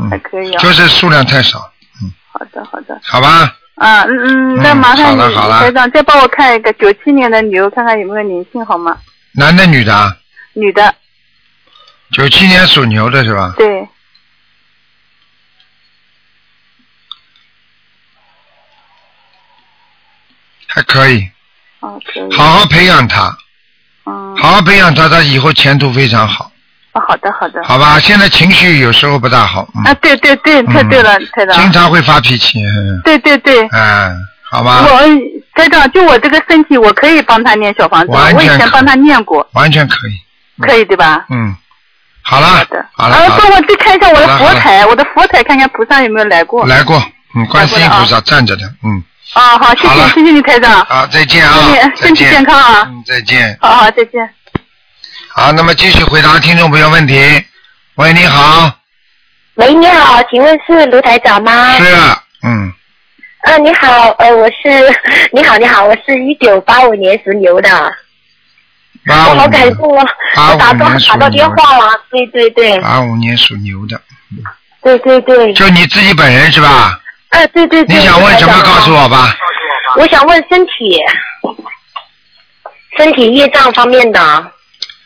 S7: 还
S2: 嗯，
S7: 可以啊。
S2: 就是数量太少，
S7: 好的，好的。
S2: 好吧？
S7: 啊，嗯嗯，
S2: 嗯
S7: 那麻烦
S2: 好了
S7: 你
S2: 好了
S7: 台长再帮我看一个九七年的牛，看看有没有灵性好吗？
S2: 男的女的啊？
S7: 女的，
S2: 九七年属牛的是吧？
S7: 对，
S2: 还可以，
S7: 啊，可以。
S2: 好好培养他，
S7: 嗯，
S2: 好好培养他，他以后前途非常好，
S7: 啊，好的，好的。
S2: 好吧？现在情绪有时候不大好，
S7: 啊，
S2: 嗯，
S7: 对对对，太对了，台
S2: 经
S7: 长。
S2: 常会发脾气，嗯，
S7: 对对对，
S2: 哎，好吧？
S7: 我嗯台长，就我这个身体，我可以帮他念小房子吗
S2: 完，全
S7: 我以前帮他念过，
S2: 完全可以，
S7: 可以对吧？
S2: 嗯，好了，
S7: 好的。
S2: 好了，
S7: 呃，
S2: 好了
S7: 帮我再看一下我的
S2: 好了
S7: 佛台，我的佛台看看菩萨有没有来过。
S2: 来过，嗯，观世音
S7: 来过了啊
S2: 菩萨站着的，嗯，
S7: 啊，好，谢
S2: 好
S7: 谢
S2: 了
S7: 谢谢你，台长。
S2: 好，再见
S7: 祝
S2: 啊
S7: 你，
S2: 再
S7: 身体
S2: 见，
S7: 健康啊！
S2: 嗯，再见。
S7: 好好，再见。
S2: 好，那么继续回答听众朋友问题。喂，你好，
S6: 喂，你好，请问是卢台长吗？
S2: 是，嗯，
S6: 呃，你好，呃，我是，你好，你好，我是一九八五年属牛的，
S2: 八
S6: 我好
S2: 五
S6: 感
S2: 年，
S6: 动啊，
S2: 85
S6: 我打到
S2: 年属
S6: 打到电话了，对对对，
S2: 八五年属牛的，
S6: 对对对，
S2: 就你自己本人是吧？
S6: 呃，对对对，
S2: 你想问什么
S6: 卢台长
S2: 告诉我吧。
S6: 我想问身体，身体业障方面的，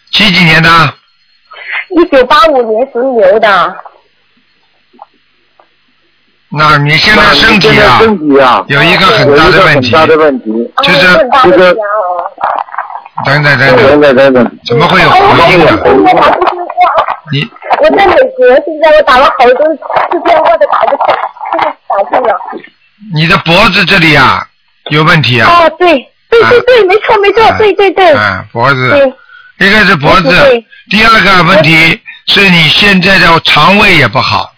S2: 几几年的？
S6: 一九八五年属牛的，
S2: 那你现在身体
S1: 现
S2: 啊
S1: 在身体啊，
S2: 有一个很
S1: 有
S2: 大
S1: 一
S2: 的
S1: 个
S2: 问
S1: 很
S2: 题，
S1: 大的问题。
S2: 就是
S6: 哦问大问题啊
S2: 等等等等，
S1: 等等等等，
S2: 怎么会有
S6: 哦
S2: 回音啊？
S6: 我现在打不通话
S2: 你
S6: 我在美国，现在我打了好多次电话都打不通，就是打不通了。
S2: 你的脖子这里啊有问题啊？
S6: 哦，对，对对对，没错没错，对对对，
S2: 啊，脖子。
S6: 对，
S2: 一个是脖
S6: 对对
S2: 子
S6: 对，
S2: 第二个问题是你现在的肠胃也不好，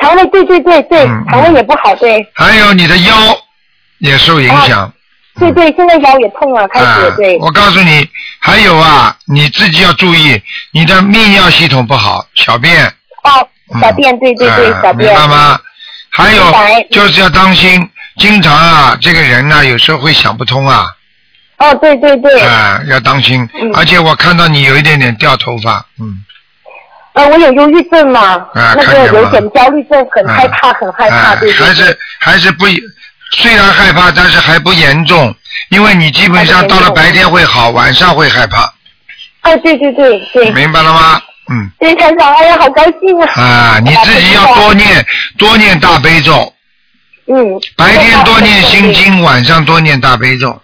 S6: 肠胃对对对对
S2: 嗯嗯，
S6: 肠胃也不好，对
S2: 还有你的腰也受影响。
S6: 对对，现在腰也痛了，哦开
S2: 啊
S6: 始对，，
S2: 我告诉你，还有啊，你自己要注意，你的泌尿系统不好，小便
S6: 哦小便，对对对，
S2: 啊
S6: 小
S2: 明
S6: 便。
S2: 白吗？还有
S6: 明白嗯
S2: 就是要当心，经常啊，这个人呢、有时候会想不通啊，
S6: 哦，对对对。嗯
S2: 啊、要当心。而且我看到你有一点点掉头发，嗯，
S6: 呃，我有忧郁症嘛，
S2: 啊
S6: 那
S2: 看
S6: 个
S2: 见吗
S6: 有点焦虑症，很害怕，很害怕，
S2: 啊
S6: 对对
S2: 还
S6: 对。
S2: 是还是不，虽然害怕，但是还不严重，因为你基本上到了白天会好，晚上会害怕，
S6: 哎，对对对对，
S2: 明白了吗？嗯，
S6: 对台长，哎呀，好高兴啊！
S2: 啊，你自己要多念多念大悲咒，
S6: 嗯，
S2: 白天多念心经，晚上多念大悲咒。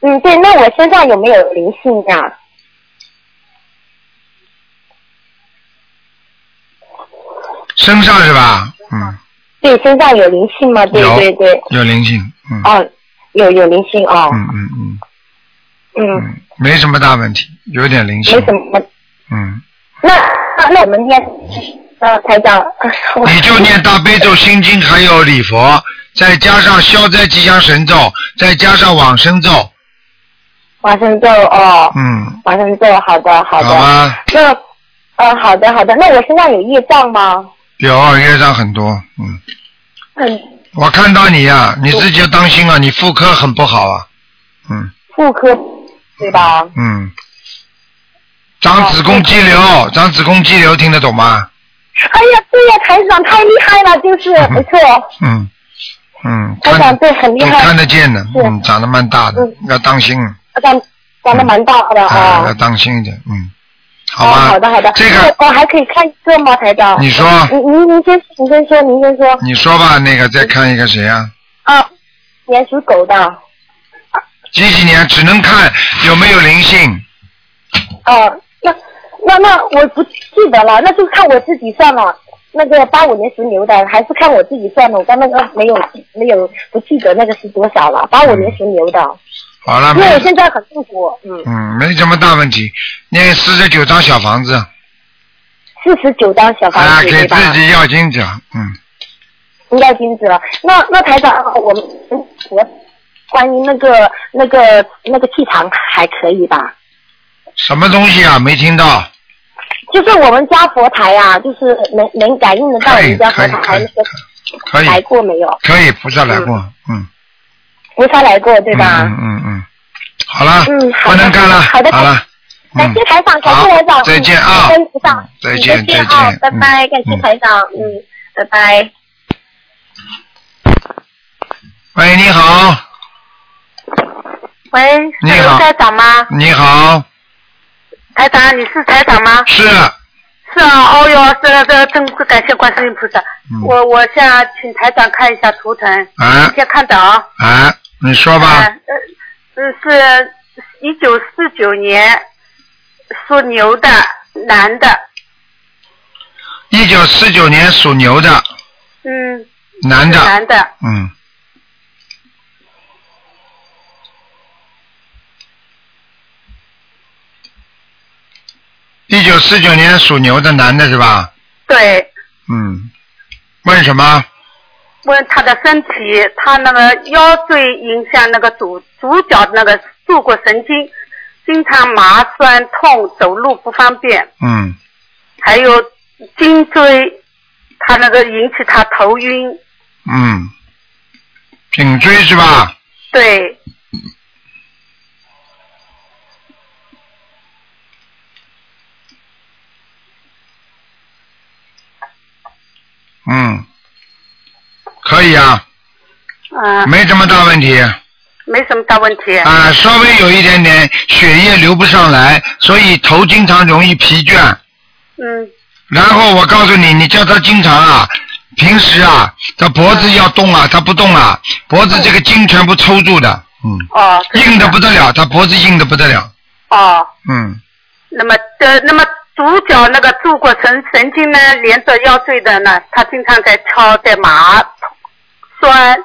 S6: 嗯，对，那我身上有没有灵性啊？
S2: 身上是吧？嗯，
S6: 对，身上有灵性吗？对
S2: 有
S6: 对对，
S2: 有灵性，嗯
S6: 哦，有有灵性哦，
S2: 嗯嗯嗯
S6: 嗯，
S2: 嗯，没什么大问题，有点灵性
S6: 没，什么。
S2: 嗯，
S6: 那那那我们念，呃，台长， 啊我
S2: 你就念大悲咒、心经，还有礼佛，再加上消灾吉祥神咒，再加上往生咒，
S6: 华生咒哦，
S2: 嗯，
S6: 华生咒，好的好
S2: 好
S6: 的，
S2: 吧，
S6: 那呃，好的好的，那我身上有业障吗？
S2: 有业障很多，嗯，
S6: 嗯，
S2: 我看到你呀、你自己要当心啊，你妇科很不好啊，嗯
S6: 妇科对吧？
S2: 嗯，长子宫肌瘤，长子宫肌瘤听得懂吗？
S6: 哎呀，对呀，台长太厉害了，就是没错，
S2: 嗯嗯，
S6: 台长
S2: 看
S6: 对很厉
S2: 都看
S6: 害，
S2: 得见的，
S6: 是
S2: 嗯，长得蛮大的
S6: 嗯，
S2: 要当心，
S6: 长长得蛮大的
S2: 啊，要
S6: 啊。
S2: 当心一点，嗯，好
S6: 哦，
S2: 吧，
S6: 好的好的，
S2: 这个
S6: 我我还可以看一个吗，台长？
S2: 你说，
S6: 您您您先您先说您先说
S2: 你说吧，那个
S6: 嗯
S2: 再看一个谁啊？
S6: 啊，年属狗的，
S2: 几几年只能看有没有灵性，
S6: 啊，那那那我不记得了，那就看我自己算了。那个八五年属牛的，还是看我自己算了。我刚那个没有没有不记得那个是多少了，八五年属牛的，
S2: 嗯好了，
S6: 因
S2: 没
S6: 为，我现在很痛苦，嗯，
S2: 嗯，没什么大问题，念四十九张小房子，
S6: 四十九张小房
S2: 啊，
S6: 子、
S2: 给
S6: 对吧？
S2: 自己要经者，嗯，
S6: 应该停止了。那那台长，我们我关于那个那个那个气场还可以吧？
S2: 什么东西啊？没听到，
S6: 就是我们家佛台啊，就是能能感应得到我
S2: 可以，
S6: 们家
S2: 可
S6: 佛
S2: 以，可
S6: 台
S2: 以
S6: 那，
S2: 可
S6: 个来
S2: 以，
S6: 过没有？
S2: 可以，菩萨来过，嗯，
S6: 菩萨来过对
S2: 嗯
S6: 吧？
S2: 嗯嗯嗯，好了，
S6: 嗯好
S2: 不
S6: 的
S2: 能看了，
S6: 好的
S2: 好了，
S6: 感
S2: 嗯
S6: 谢。台长，感
S2: 好
S6: 谢台长，
S2: 再见
S6: 嗯
S2: 啊
S6: 感恩菩萨
S2: 嗯，再
S6: 嗯
S2: 见
S6: 再见
S2: 再
S6: 啊
S2: 见，
S6: 拜拜，感谢
S2: 嗯
S6: 台长，嗯，拜拜。
S2: 喂，你好，
S8: 喂，
S2: 你
S8: 是
S2: 好
S8: 卢台长吗？
S2: 你好，
S8: 台长，你是台长吗？
S2: 是，
S8: 是啊，哦哟，这个这个真是感谢观世音菩萨。
S2: 嗯
S8: 我我想请台长看一下图腾，
S2: 啊
S8: 你先看到啊。
S2: 啊，你说吧，
S8: 嗯呃，是一九四九年属牛的男的，
S2: 一九四九年属牛的
S8: 嗯，
S2: 男的，
S8: 男的，
S2: 嗯，一九四九年属牛的男的是吧？
S8: 对。
S2: 嗯，问什么？
S8: 问他的身体，他那个腰椎影响那个主主角那个坐骨神经，经常麻酸痛，走路不方便，
S2: 嗯，
S8: 还有颈椎，他那个引起他头晕，
S2: 嗯，颈椎是吧？
S8: 对，
S2: 嗯，可以啊，
S8: 嗯、
S2: 没什么大问题。
S8: 没什么大问题，
S2: 啊，稍微有一点点血液流不上来，所以头经常容易疲倦。
S8: 嗯，
S2: 然后我告诉你，你叫他经常啊，平时啊，他脖子要动啊，他不动啊，脖子这个筋全部抽住的，嗯，
S8: 哦，
S2: 硬的不得了，他脖子硬的不得了，
S8: 哦，
S2: 嗯，
S8: 那么呃，那么主角那个坐骨神神经呢，连着腰椎的呢，他经常在敲，在麻酸，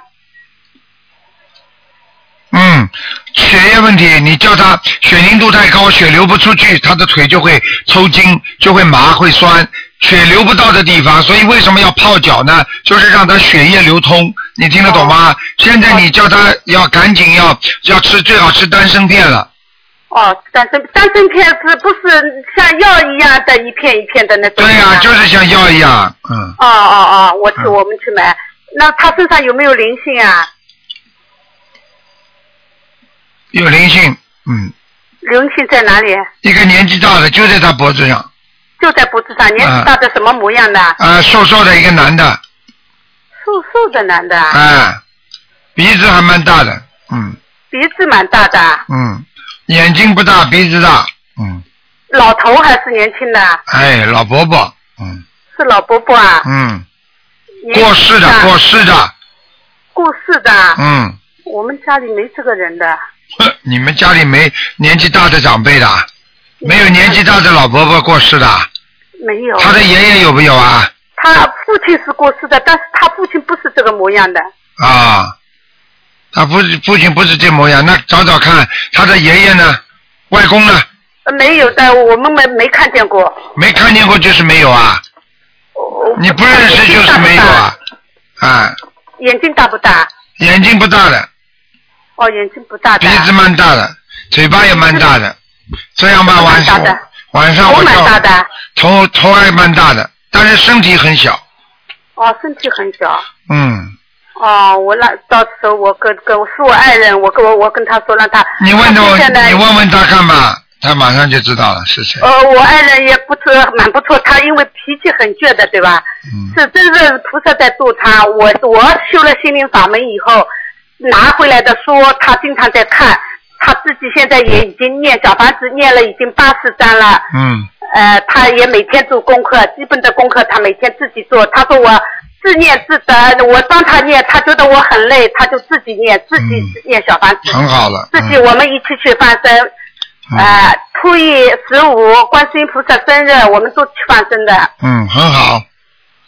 S2: 嗯，血液问题，你叫他血凝度太高，血流不出去，他的腿就会抽筋，就会麻，会酸，血流不到的地方。所以为什么要泡脚呢？就是让他血液流通，你听
S8: 哦
S2: 得懂吗？现在你叫他要赶紧要要吃，最好吃丹参片了。
S8: 哦，三针三针片是不是像药一样的一片一片的那种？啊
S2: 对呀、就是像药一样，嗯，
S8: 哦哦哦，我去，
S2: 嗯
S8: 我们去买。那他身上有没有灵性啊？
S2: 有灵性，嗯，
S8: 灵性在哪里？
S2: 一个年纪大的就在他脖子上，
S8: 就在脖子上，年纪大的什么模样的？
S2: 啊，瘦瘦的一个男的，
S8: 瘦瘦的男的，
S2: 啊，鼻子还蛮大的，嗯
S8: 鼻子蛮大的，
S2: 嗯，眼睛不大，鼻子大，嗯，
S8: 老头还是年轻的？
S2: 哎，老伯伯，嗯
S8: 是老伯伯啊？
S2: 嗯，
S8: 年纪
S2: 过世的
S8: 大
S2: 过世的，
S8: 过世的。
S2: 嗯，
S8: 我们家里没这个人的，
S2: 哼你们家里没年纪大的长辈的，没有年纪大的老伯伯过世的，
S8: 没有。
S2: 他的爷爷有没有啊？
S8: 他父亲是过世的，但是他父亲不是这个模样的。
S2: 啊，他父父亲不是这模样，那找找看他的爷爷呢，外公呢，
S8: 呃没有的，我们没没看见过。
S2: 没看见过就是没有啊，你不认识就是没有啊，啊，
S8: 眼睛大不大？
S2: 眼睛不大的，
S8: 哦，眼睛不大的。
S2: 鼻子蛮大的，嘴巴也蛮大的，这样吧，晚
S8: 蛮大
S2: 上
S8: 的，
S2: 晚上
S8: 头
S2: 我
S8: 蛮大
S2: 叫
S8: 的，
S2: 头头还蛮大的，但是身体很小，
S8: 哦，身体很小。
S2: 嗯，
S8: 哦，我让到时候我跟跟是我爱人，我跟我我跟他说让他。
S2: 你问
S8: 他
S2: 我
S8: 现在，
S2: 你问问他看吧，他马上就知道了是谁，
S8: 呃，我爱人也不错，蛮不错。他因为脾气很倔的，对吧？
S2: 嗯，
S8: 是真是菩萨在度他。我我修了心灵法门以后，拿回来的书他经常在看，他自己现在也已经念小房子念了已经八十章了。
S2: 嗯，
S8: 呃，他也每天做功课，基本的功课他每天自己做。他说我自念自得，我帮他念，他觉得我很累，他就自己念，自己
S2: 嗯
S8: 念小房子，
S2: 很好了，
S8: 自己我们一起去放生。
S2: 嗯
S8: 呃，初一十五观世音菩萨生日，我们都去放生的。
S2: 嗯，很好，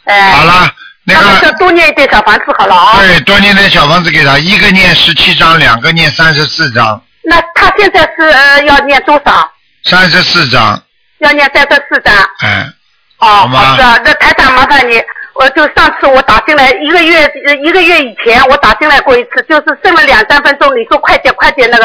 S8: 呃，
S2: 好了，那
S8: 他们
S2: 个
S8: 说。多念一点小房子好了啊、
S2: 对，多念点小房子给他，一个念十七章，两个念三十四章，
S8: 那他现在是、呃、要念多少？
S2: 三十四章，
S8: 要念三十四章。
S2: 嗯，
S8: 哦，
S2: 好吗
S8: 好的，那台长麻烦你，我就上次我打进来一个月呃一个月以前我打进来过一次，就是剩了两三分钟，你说快点快点那个，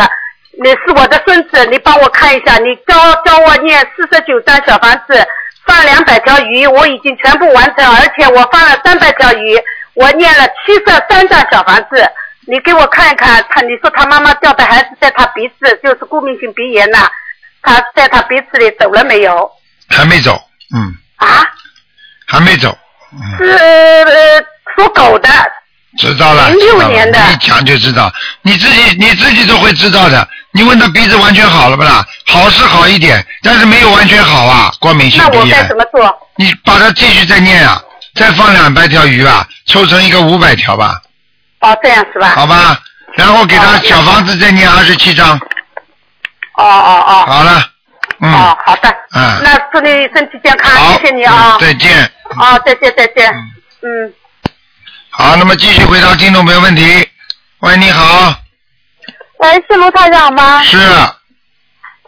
S8: 你是我的孙子，你帮我看一下，你教教我念四十九张小房子，放两百条鱼，我已经全部完成，而且我放了三百条鱼，我念了七十三张小房子。你给我看一看，他你说他妈妈掉的还是在他鼻子，就是过敏性鼻炎呐、他在他鼻子里走了没有？
S2: 还没走，嗯，
S8: 啊？
S2: 还没走，
S8: 是呃属狗的，
S2: 知道了，
S8: 06
S2: 知道了
S8: 年的
S2: 你一讲就知道，你自己你自己都会知道的。你问他鼻子完全好了不啦？好是好一点，但是没有完全好啊，过敏性
S8: 那我
S2: 鼻
S8: 该
S2: 炎
S8: 怎。么做？
S2: 你把它继续再念啊，再放两百条鱼啊，凑成一个五百条吧，
S8: 哦，这样是吧？
S2: 好吧？然后给他
S8: 好
S2: 小房子再念二十七章，
S8: 哦哦哦，
S2: 好了，嗯，
S8: 哦，好的，
S2: 嗯
S8: 那祝你身体健康，
S2: 好，
S8: 谢谢你啊
S2: 嗯，再见。
S8: 哦，再见再见，嗯，
S2: 好，那么继续回答听众朋友问题。喂，你好，
S5: 喂，是卢台长吗？
S2: 是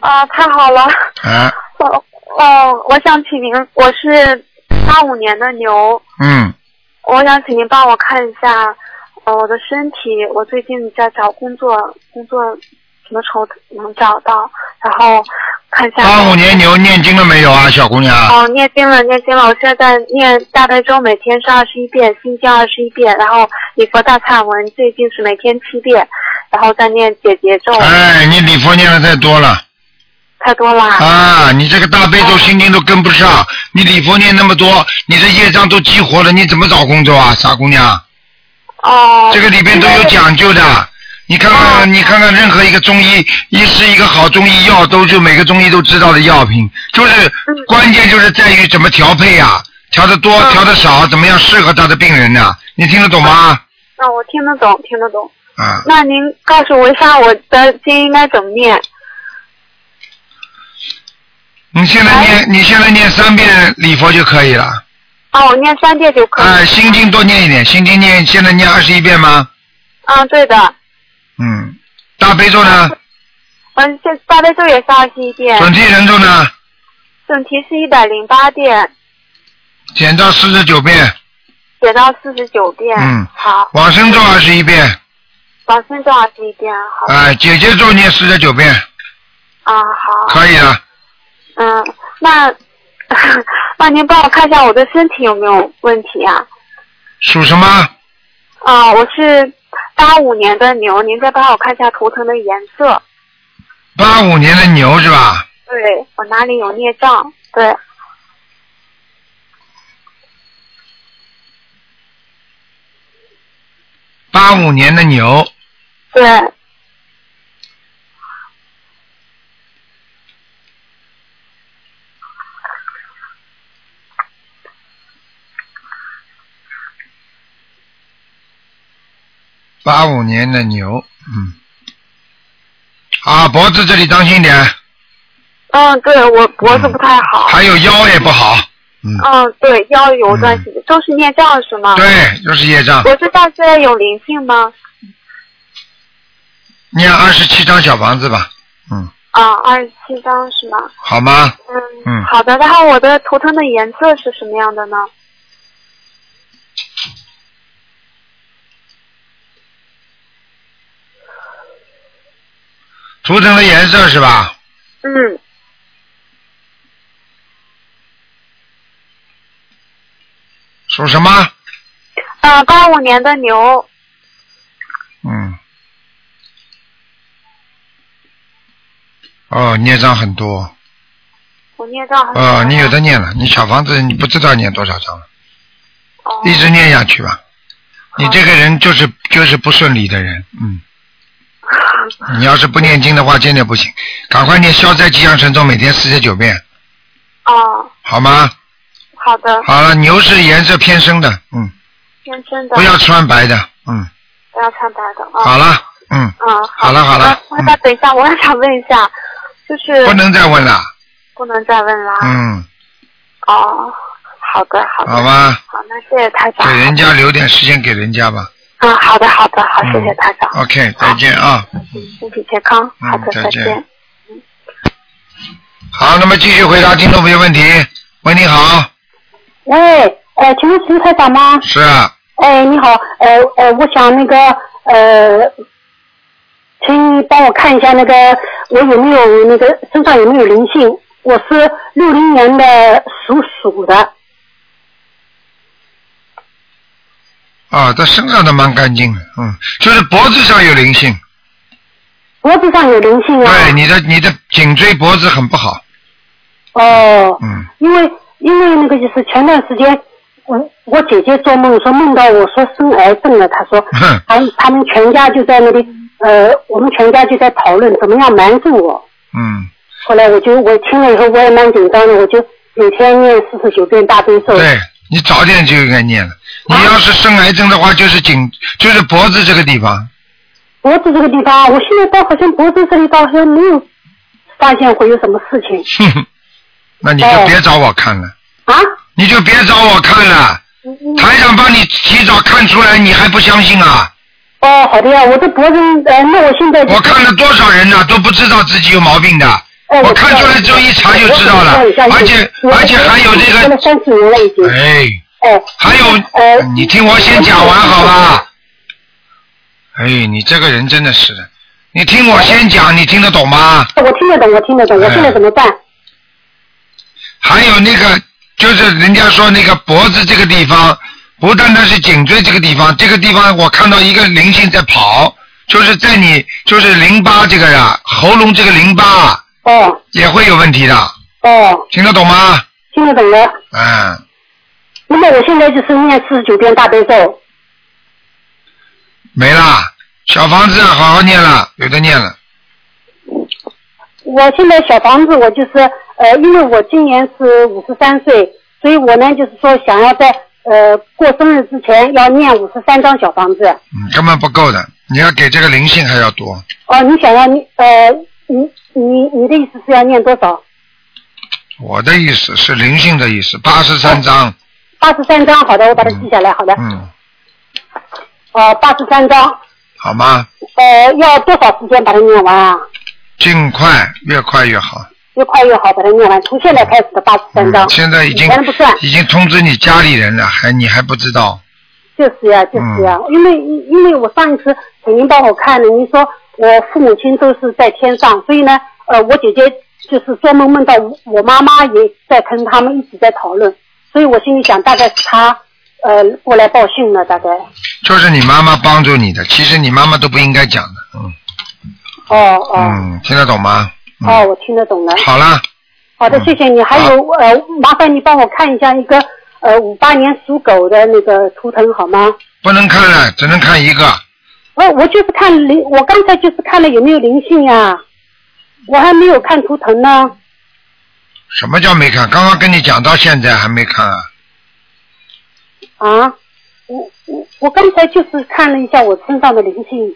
S5: 啊，太好了。
S2: 啊，
S5: 哦哦，我想请您，我是八五年的牛，
S2: 嗯，
S5: 我想请您帮我看一下，呃，我的身体，我最近在找工作，工作什么时候能找到？然后看一下。
S2: 八五年牛念经了没有啊，小姑娘？
S5: 哦，念经了，念经了。我现在在念大悲咒，每天是二十一遍，心经二十一遍，然后礼佛大忏文最近是每天七遍，然后再念解结咒，
S2: 哎，你礼佛念的太多了
S5: 太多了。
S2: 啊！你这个大
S5: 哦
S2: 悲咒心经都跟不上，你礼佛念那么多，你这业障都激活了，你怎么找工作啊，傻姑娘？
S5: 哦，
S2: 这个里边都有讲究的。你看看，你看看，任何一个中医医师，一个好中医药都就每个中医都知道的药品，就是
S5: 嗯
S2: 关键就是在于怎么调配呀、调的多，调的少，怎么样适合他的病人呢、你听得懂吗？
S5: 那、我听得懂，听得懂。
S2: 啊，
S5: 那您告诉我一下，我的经应该怎么念？
S2: 你现在念，你现在念三遍礼佛就可以了。
S5: 啊，我念三遍就可以。
S2: 啊，心经多念一点，心经念现在念二十一遍吗？
S5: 啊，对的，
S2: 嗯，大悲咒呢？
S5: 嗯，这大悲咒也是二十一遍，
S2: 准提神咒呢？
S5: 准提是一百零八遍，
S2: 减到四十九遍，
S5: 减到四十九遍。
S2: 嗯
S5: 好，
S2: 往生咒二十一遍，哎
S5: 往生咒二十一遍，好。
S2: 啊，姐姐咒念四十九遍，
S5: 啊、啊，好。
S2: 可以了，
S5: 嗯，那 那您帮我看一下我的身体有没有问题啊？
S2: 属什么？
S5: 啊，我是八五年的牛，您再帮我看一下图腾的颜色。
S2: 八五年的牛是吧？
S5: 对，我哪里有孽障？对，
S2: 八五年的牛，
S5: 对，
S2: 八五年的牛，嗯，啊，脖子这里当心点，
S5: 嗯，对我脖子不太好。
S2: 还有腰也不好，
S5: 嗯，对，腰有段时间都是孽障是吗？。
S2: 对，啊就是业障。
S5: 我知道现在有灵性吗？
S2: 念二十七张小房子吧，
S5: 啊，二十七张是吗？
S2: 好吗？
S5: 嗯，
S2: 嗯，
S5: 好的。然后我的图腾的颜色是什么样的呢？
S2: 图腾的颜色是吧？
S5: 嗯，
S2: 属什么？
S5: 呃，八五年的牛，
S2: 嗯。哦，孽障很多。
S5: 我孽障很多。
S2: 哦，你有的念了，你小房子你不知道念多少张了，一直念下去吧。你这个人就是就是不顺利的人，嗯。你要是不念经的话，真的不行。赶快念消灾吉祥神咒，每天四十九遍，
S5: 哦，
S2: 好吗？
S5: 好的，
S2: 好了，牛是颜色偏深的，嗯，
S5: 天生的。
S2: 不要穿白的，嗯，
S5: 不要穿白的啊。
S2: 好了，嗯，
S5: 嗯，
S2: 好了好了，
S5: 我再等一下，我还想问一下，就是
S2: 不能再问了，
S5: 不能再问啦。
S2: 嗯，
S5: 哦，好的好的。
S2: 好吧。
S5: 好，那谢谢台长。
S2: 给人家留点时间给人家吧。
S5: 嗯，好的好的，好，谢谢
S2: 嗯
S5: 台长，
S2: OK，再见啊。
S5: 身体健康，好
S2: 嗯
S5: 的，
S2: 再
S5: 再
S2: 见
S5: 见。
S2: 好，那么继续回答听众朋友问题。喂，你好，
S9: 喂，呃，请问陈台长吗？
S2: 是啊，
S9: 哎，你好，呃呃，我想那个呃，请你帮我看一下那个我有没有那个身上有没有灵性？我是六零年的属鼠的，
S2: 啊，他身上都蛮干净的，嗯，就是脖子上有灵性，
S9: 脖子上有灵性啊。
S2: 对，你的你的颈椎脖子很不好，
S9: 哦，
S2: 嗯，
S9: 因为因为那个就是前段时间我我姐姐做梦说梦到我说生癌症了，她 说他他们全家就在那里呃，我们全家就在讨论怎么样瞒住我。
S2: 嗯，
S9: 后来我就我听了以后我也蛮紧张的，我就每天念四十九遍大悲咒。
S2: 对你早点就应该念了。你要是生癌症的话，就是颈就是脖子这个地方，
S9: 脖子这个地方，我现在倒好像脖子这里倒好像没有发现会有什么事情
S2: 哼哼，那你就别找我看了，
S9: 啊。
S2: 你就别找我看了，台长帮你提早看出来，你还不相信啊？
S9: 哦，好的呀，我这脖子呃，那我现在就
S2: 我看了多少人呢、都不知道自己有毛病的。
S9: 哎
S2: 我
S9: 我
S2: 看出来之后一查就知道了，而且而且还有这
S9: 看
S2: 个，
S9: 了三四年了已经。
S2: 哎，
S9: 哎，
S2: 还有，你听我先讲完好吧？哎，你这个人真的是的，你听我先讲，你听得懂吗？
S9: 我听得懂，我听得懂，我现在怎么办？
S2: 还有那个，就是人家说那个脖子这个地方，不单单是颈椎这个地方，这个地方我看到一个灵性在跑，就是在你就是淋巴这个呀，喉咙这个淋巴
S9: 哦
S2: 也会有问题的，
S9: 哦，
S2: 听得懂吗？
S9: 听得懂了。
S2: 嗯，
S9: 那么我现在就是念四十九遍大悲咒。
S2: 没啦，小房子啊好好念了，有的念了，
S9: 我现在小房子，我就是呃，因为我今年是五十三岁，所以我呢就是说想要在呃过生日之前要念五十三张小房子。
S2: 嗯，根本不够的，你要给这个灵性还要多，
S9: 哦，你想要你呃你你你的意思是要念多少？
S2: 我的意思是灵性的意思，八十三
S9: 哦
S2: 章，
S9: 八十三张，好的，我把它记下来，好的。
S2: 嗯，
S9: 哦，八十三张，
S2: 好吗？
S9: 呃，要多少时间把它念完啊？
S2: 尽快，越快越好。
S9: 越快越好，把它念完。从现在开始的八十三张
S2: 嗯，，现在已经
S9: 以前不算，
S2: 已经通知你家里人了，还你还不知道，
S9: 就是呀、
S2: 嗯
S9: 就是呀、因为因为我上一次请您帮我看了，您说我父母亲都是在天上，所以呢，呃，我姐姐就是做梦梦到我我妈妈也在跟他们一直在讨论，所以我心里想，大概是她呃过来报信了，大概。
S2: 就是你妈妈帮助你的，其实你妈妈都不应该讲的，嗯
S9: 哦哦、
S2: 嗯，听得懂吗？
S9: 哦，我听得懂了。
S2: 好嗯了，
S9: 好的，谢谢你。还有呃，麻烦你帮我看一下一个呃五八年属狗的那个图腾好吗？
S2: 不能看了，只能看一个。
S9: 我我就是看灵，我刚才就是看了有没有灵性呀、我还没有看图腾呢。
S2: 什么叫没看？刚刚跟你讲到现在还没看啊？
S9: 啊，我我我刚才就是看了一下我身上的灵性，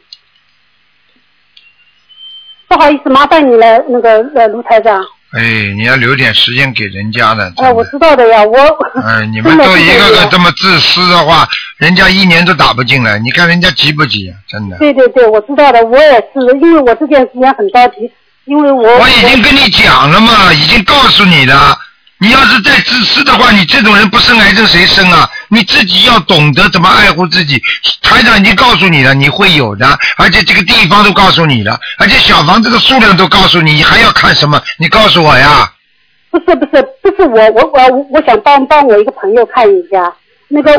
S9: 不好意思，麻烦你了，那个呃卢台长，
S2: 哎，你要留点时间给人家的。
S9: 哎、我知道的呀，我
S2: 哎，你们
S9: 真的
S2: 都
S9: 是
S2: 一
S9: 这
S2: 个个
S9: 样
S2: 这么自私的话，人家一年都打不进来，你看人家急不急啊？真的。
S9: 对对对，我知道的，我也是，因为我这件事情很着急，因为我
S2: 我已经跟你讲了嘛，已经告诉你了。你要是再自私的话，你这种人不生癌症谁生啊？你自己要懂得怎么爱护自己。台长已经告诉你了，你会有的，而且这个地方都告诉你了，而且小房子的数量都告诉你，你还要看什么？你告诉我呀。
S9: 不是不是不是我我我我想帮帮我一个朋友看一下，那个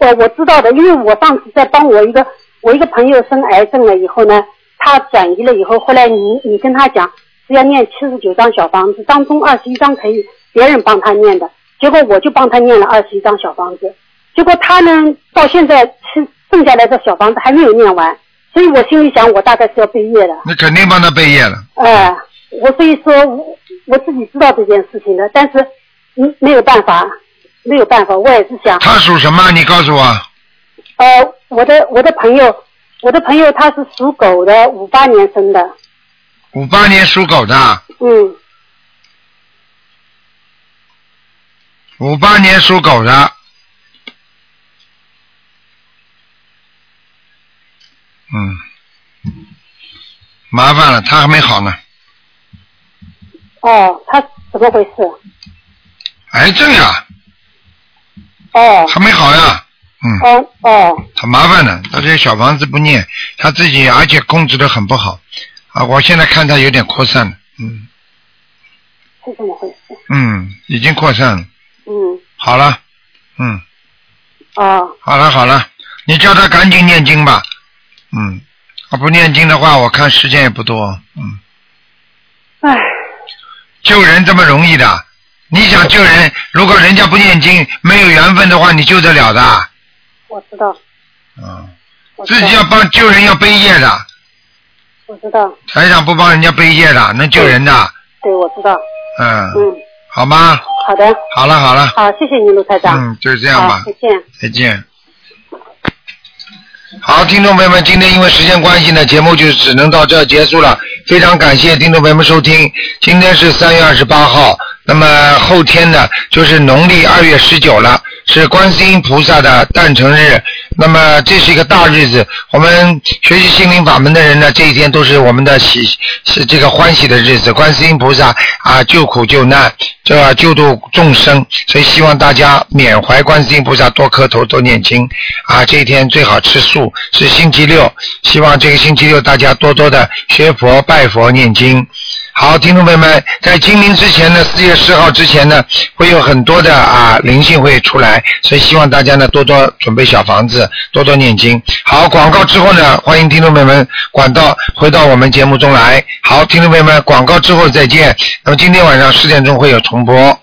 S9: 我我知道的，因为我上次在帮我一个我一个朋友生癌症了以后呢，他转移了以后，后来你你跟他讲是要念七十九张小房子，当中二十一张可以别人帮他念的，结果我就帮他念了二十一张小房子，结果他呢到现在剩剩下来的小房子还没有念完，所以我心里想我大概是要毕业的。
S2: 你肯定帮他背业了。
S9: 哎，我所以说我我自己知道这件事情的，但是嗯没有办法，没有办法，我也是想，
S2: 他属什么？你告诉我。
S9: 呃，我的我的朋友，我的朋友他是属狗的，五八年生的，
S2: 五八年属狗的，
S9: 嗯，
S2: 五八年属狗的。嗯，麻烦了，他还没好呢。
S9: 哦，他怎么回事？
S2: 癌症呀，
S9: 哦
S2: 啊还没好呀，
S9: 哦哦
S2: 很麻烦的。他这小房子不念，他自己而且控制的很不好啊。我现在看他有点扩散了，嗯
S9: 是这么回事？
S2: 嗯，已经扩散了。
S9: 嗯，
S2: 好了，嗯，
S9: 哦
S2: 好了好了，你叫他赶紧念经吧，嗯，他不念经的话，我看时间也不多，嗯。
S9: 唉，
S2: 救人这么容易的？你想救人，如果人家不念经，没有缘分的话，你救得了的？
S9: 我知道，
S2: 嗯，
S9: 我知
S2: 自
S9: 道
S2: 己要帮救人要背业的，
S9: 我知道，
S2: 台长不帮人家背业的，能救人的，
S9: 对，我知道，
S2: 嗯，
S9: 嗯，
S2: 好吗？
S9: 好的，
S2: 好了好了，
S9: 好，谢谢你，卢台长，
S2: 嗯，就这样
S9: 好
S2: 吧，，
S9: 再见。
S2: 再见。好，听众朋友们，今天因为时间关系呢，节目就只能到这儿结束了。非常感谢听众朋友们收听。今天是三月二十八号，那么后天呢就是农历二月十九了，是观世音菩萨的诞辰日。那么这是一个大日子，我们学习心灵法门的人呢，这一天都是我们的喜是这个欢喜的日子。观世音菩萨啊，救苦救难，这吧？救度众生，所以希望大家缅怀观世音菩萨，多磕头，多念经啊！这一天最好吃素，是星期六，希望这个星期六大家多多的学佛、拜佛、念经。好，听众朋友们，在清明之前呢，四月十号之前呢，会有很多的啊灵性会出来，所以希望大家呢多多准备小房子，多多念经。好，广告之后呢，欢迎听众朋友们管道回到我们节目中来。好，听众朋友们，广告之后再见。那么今天晚上十点钟会有重播。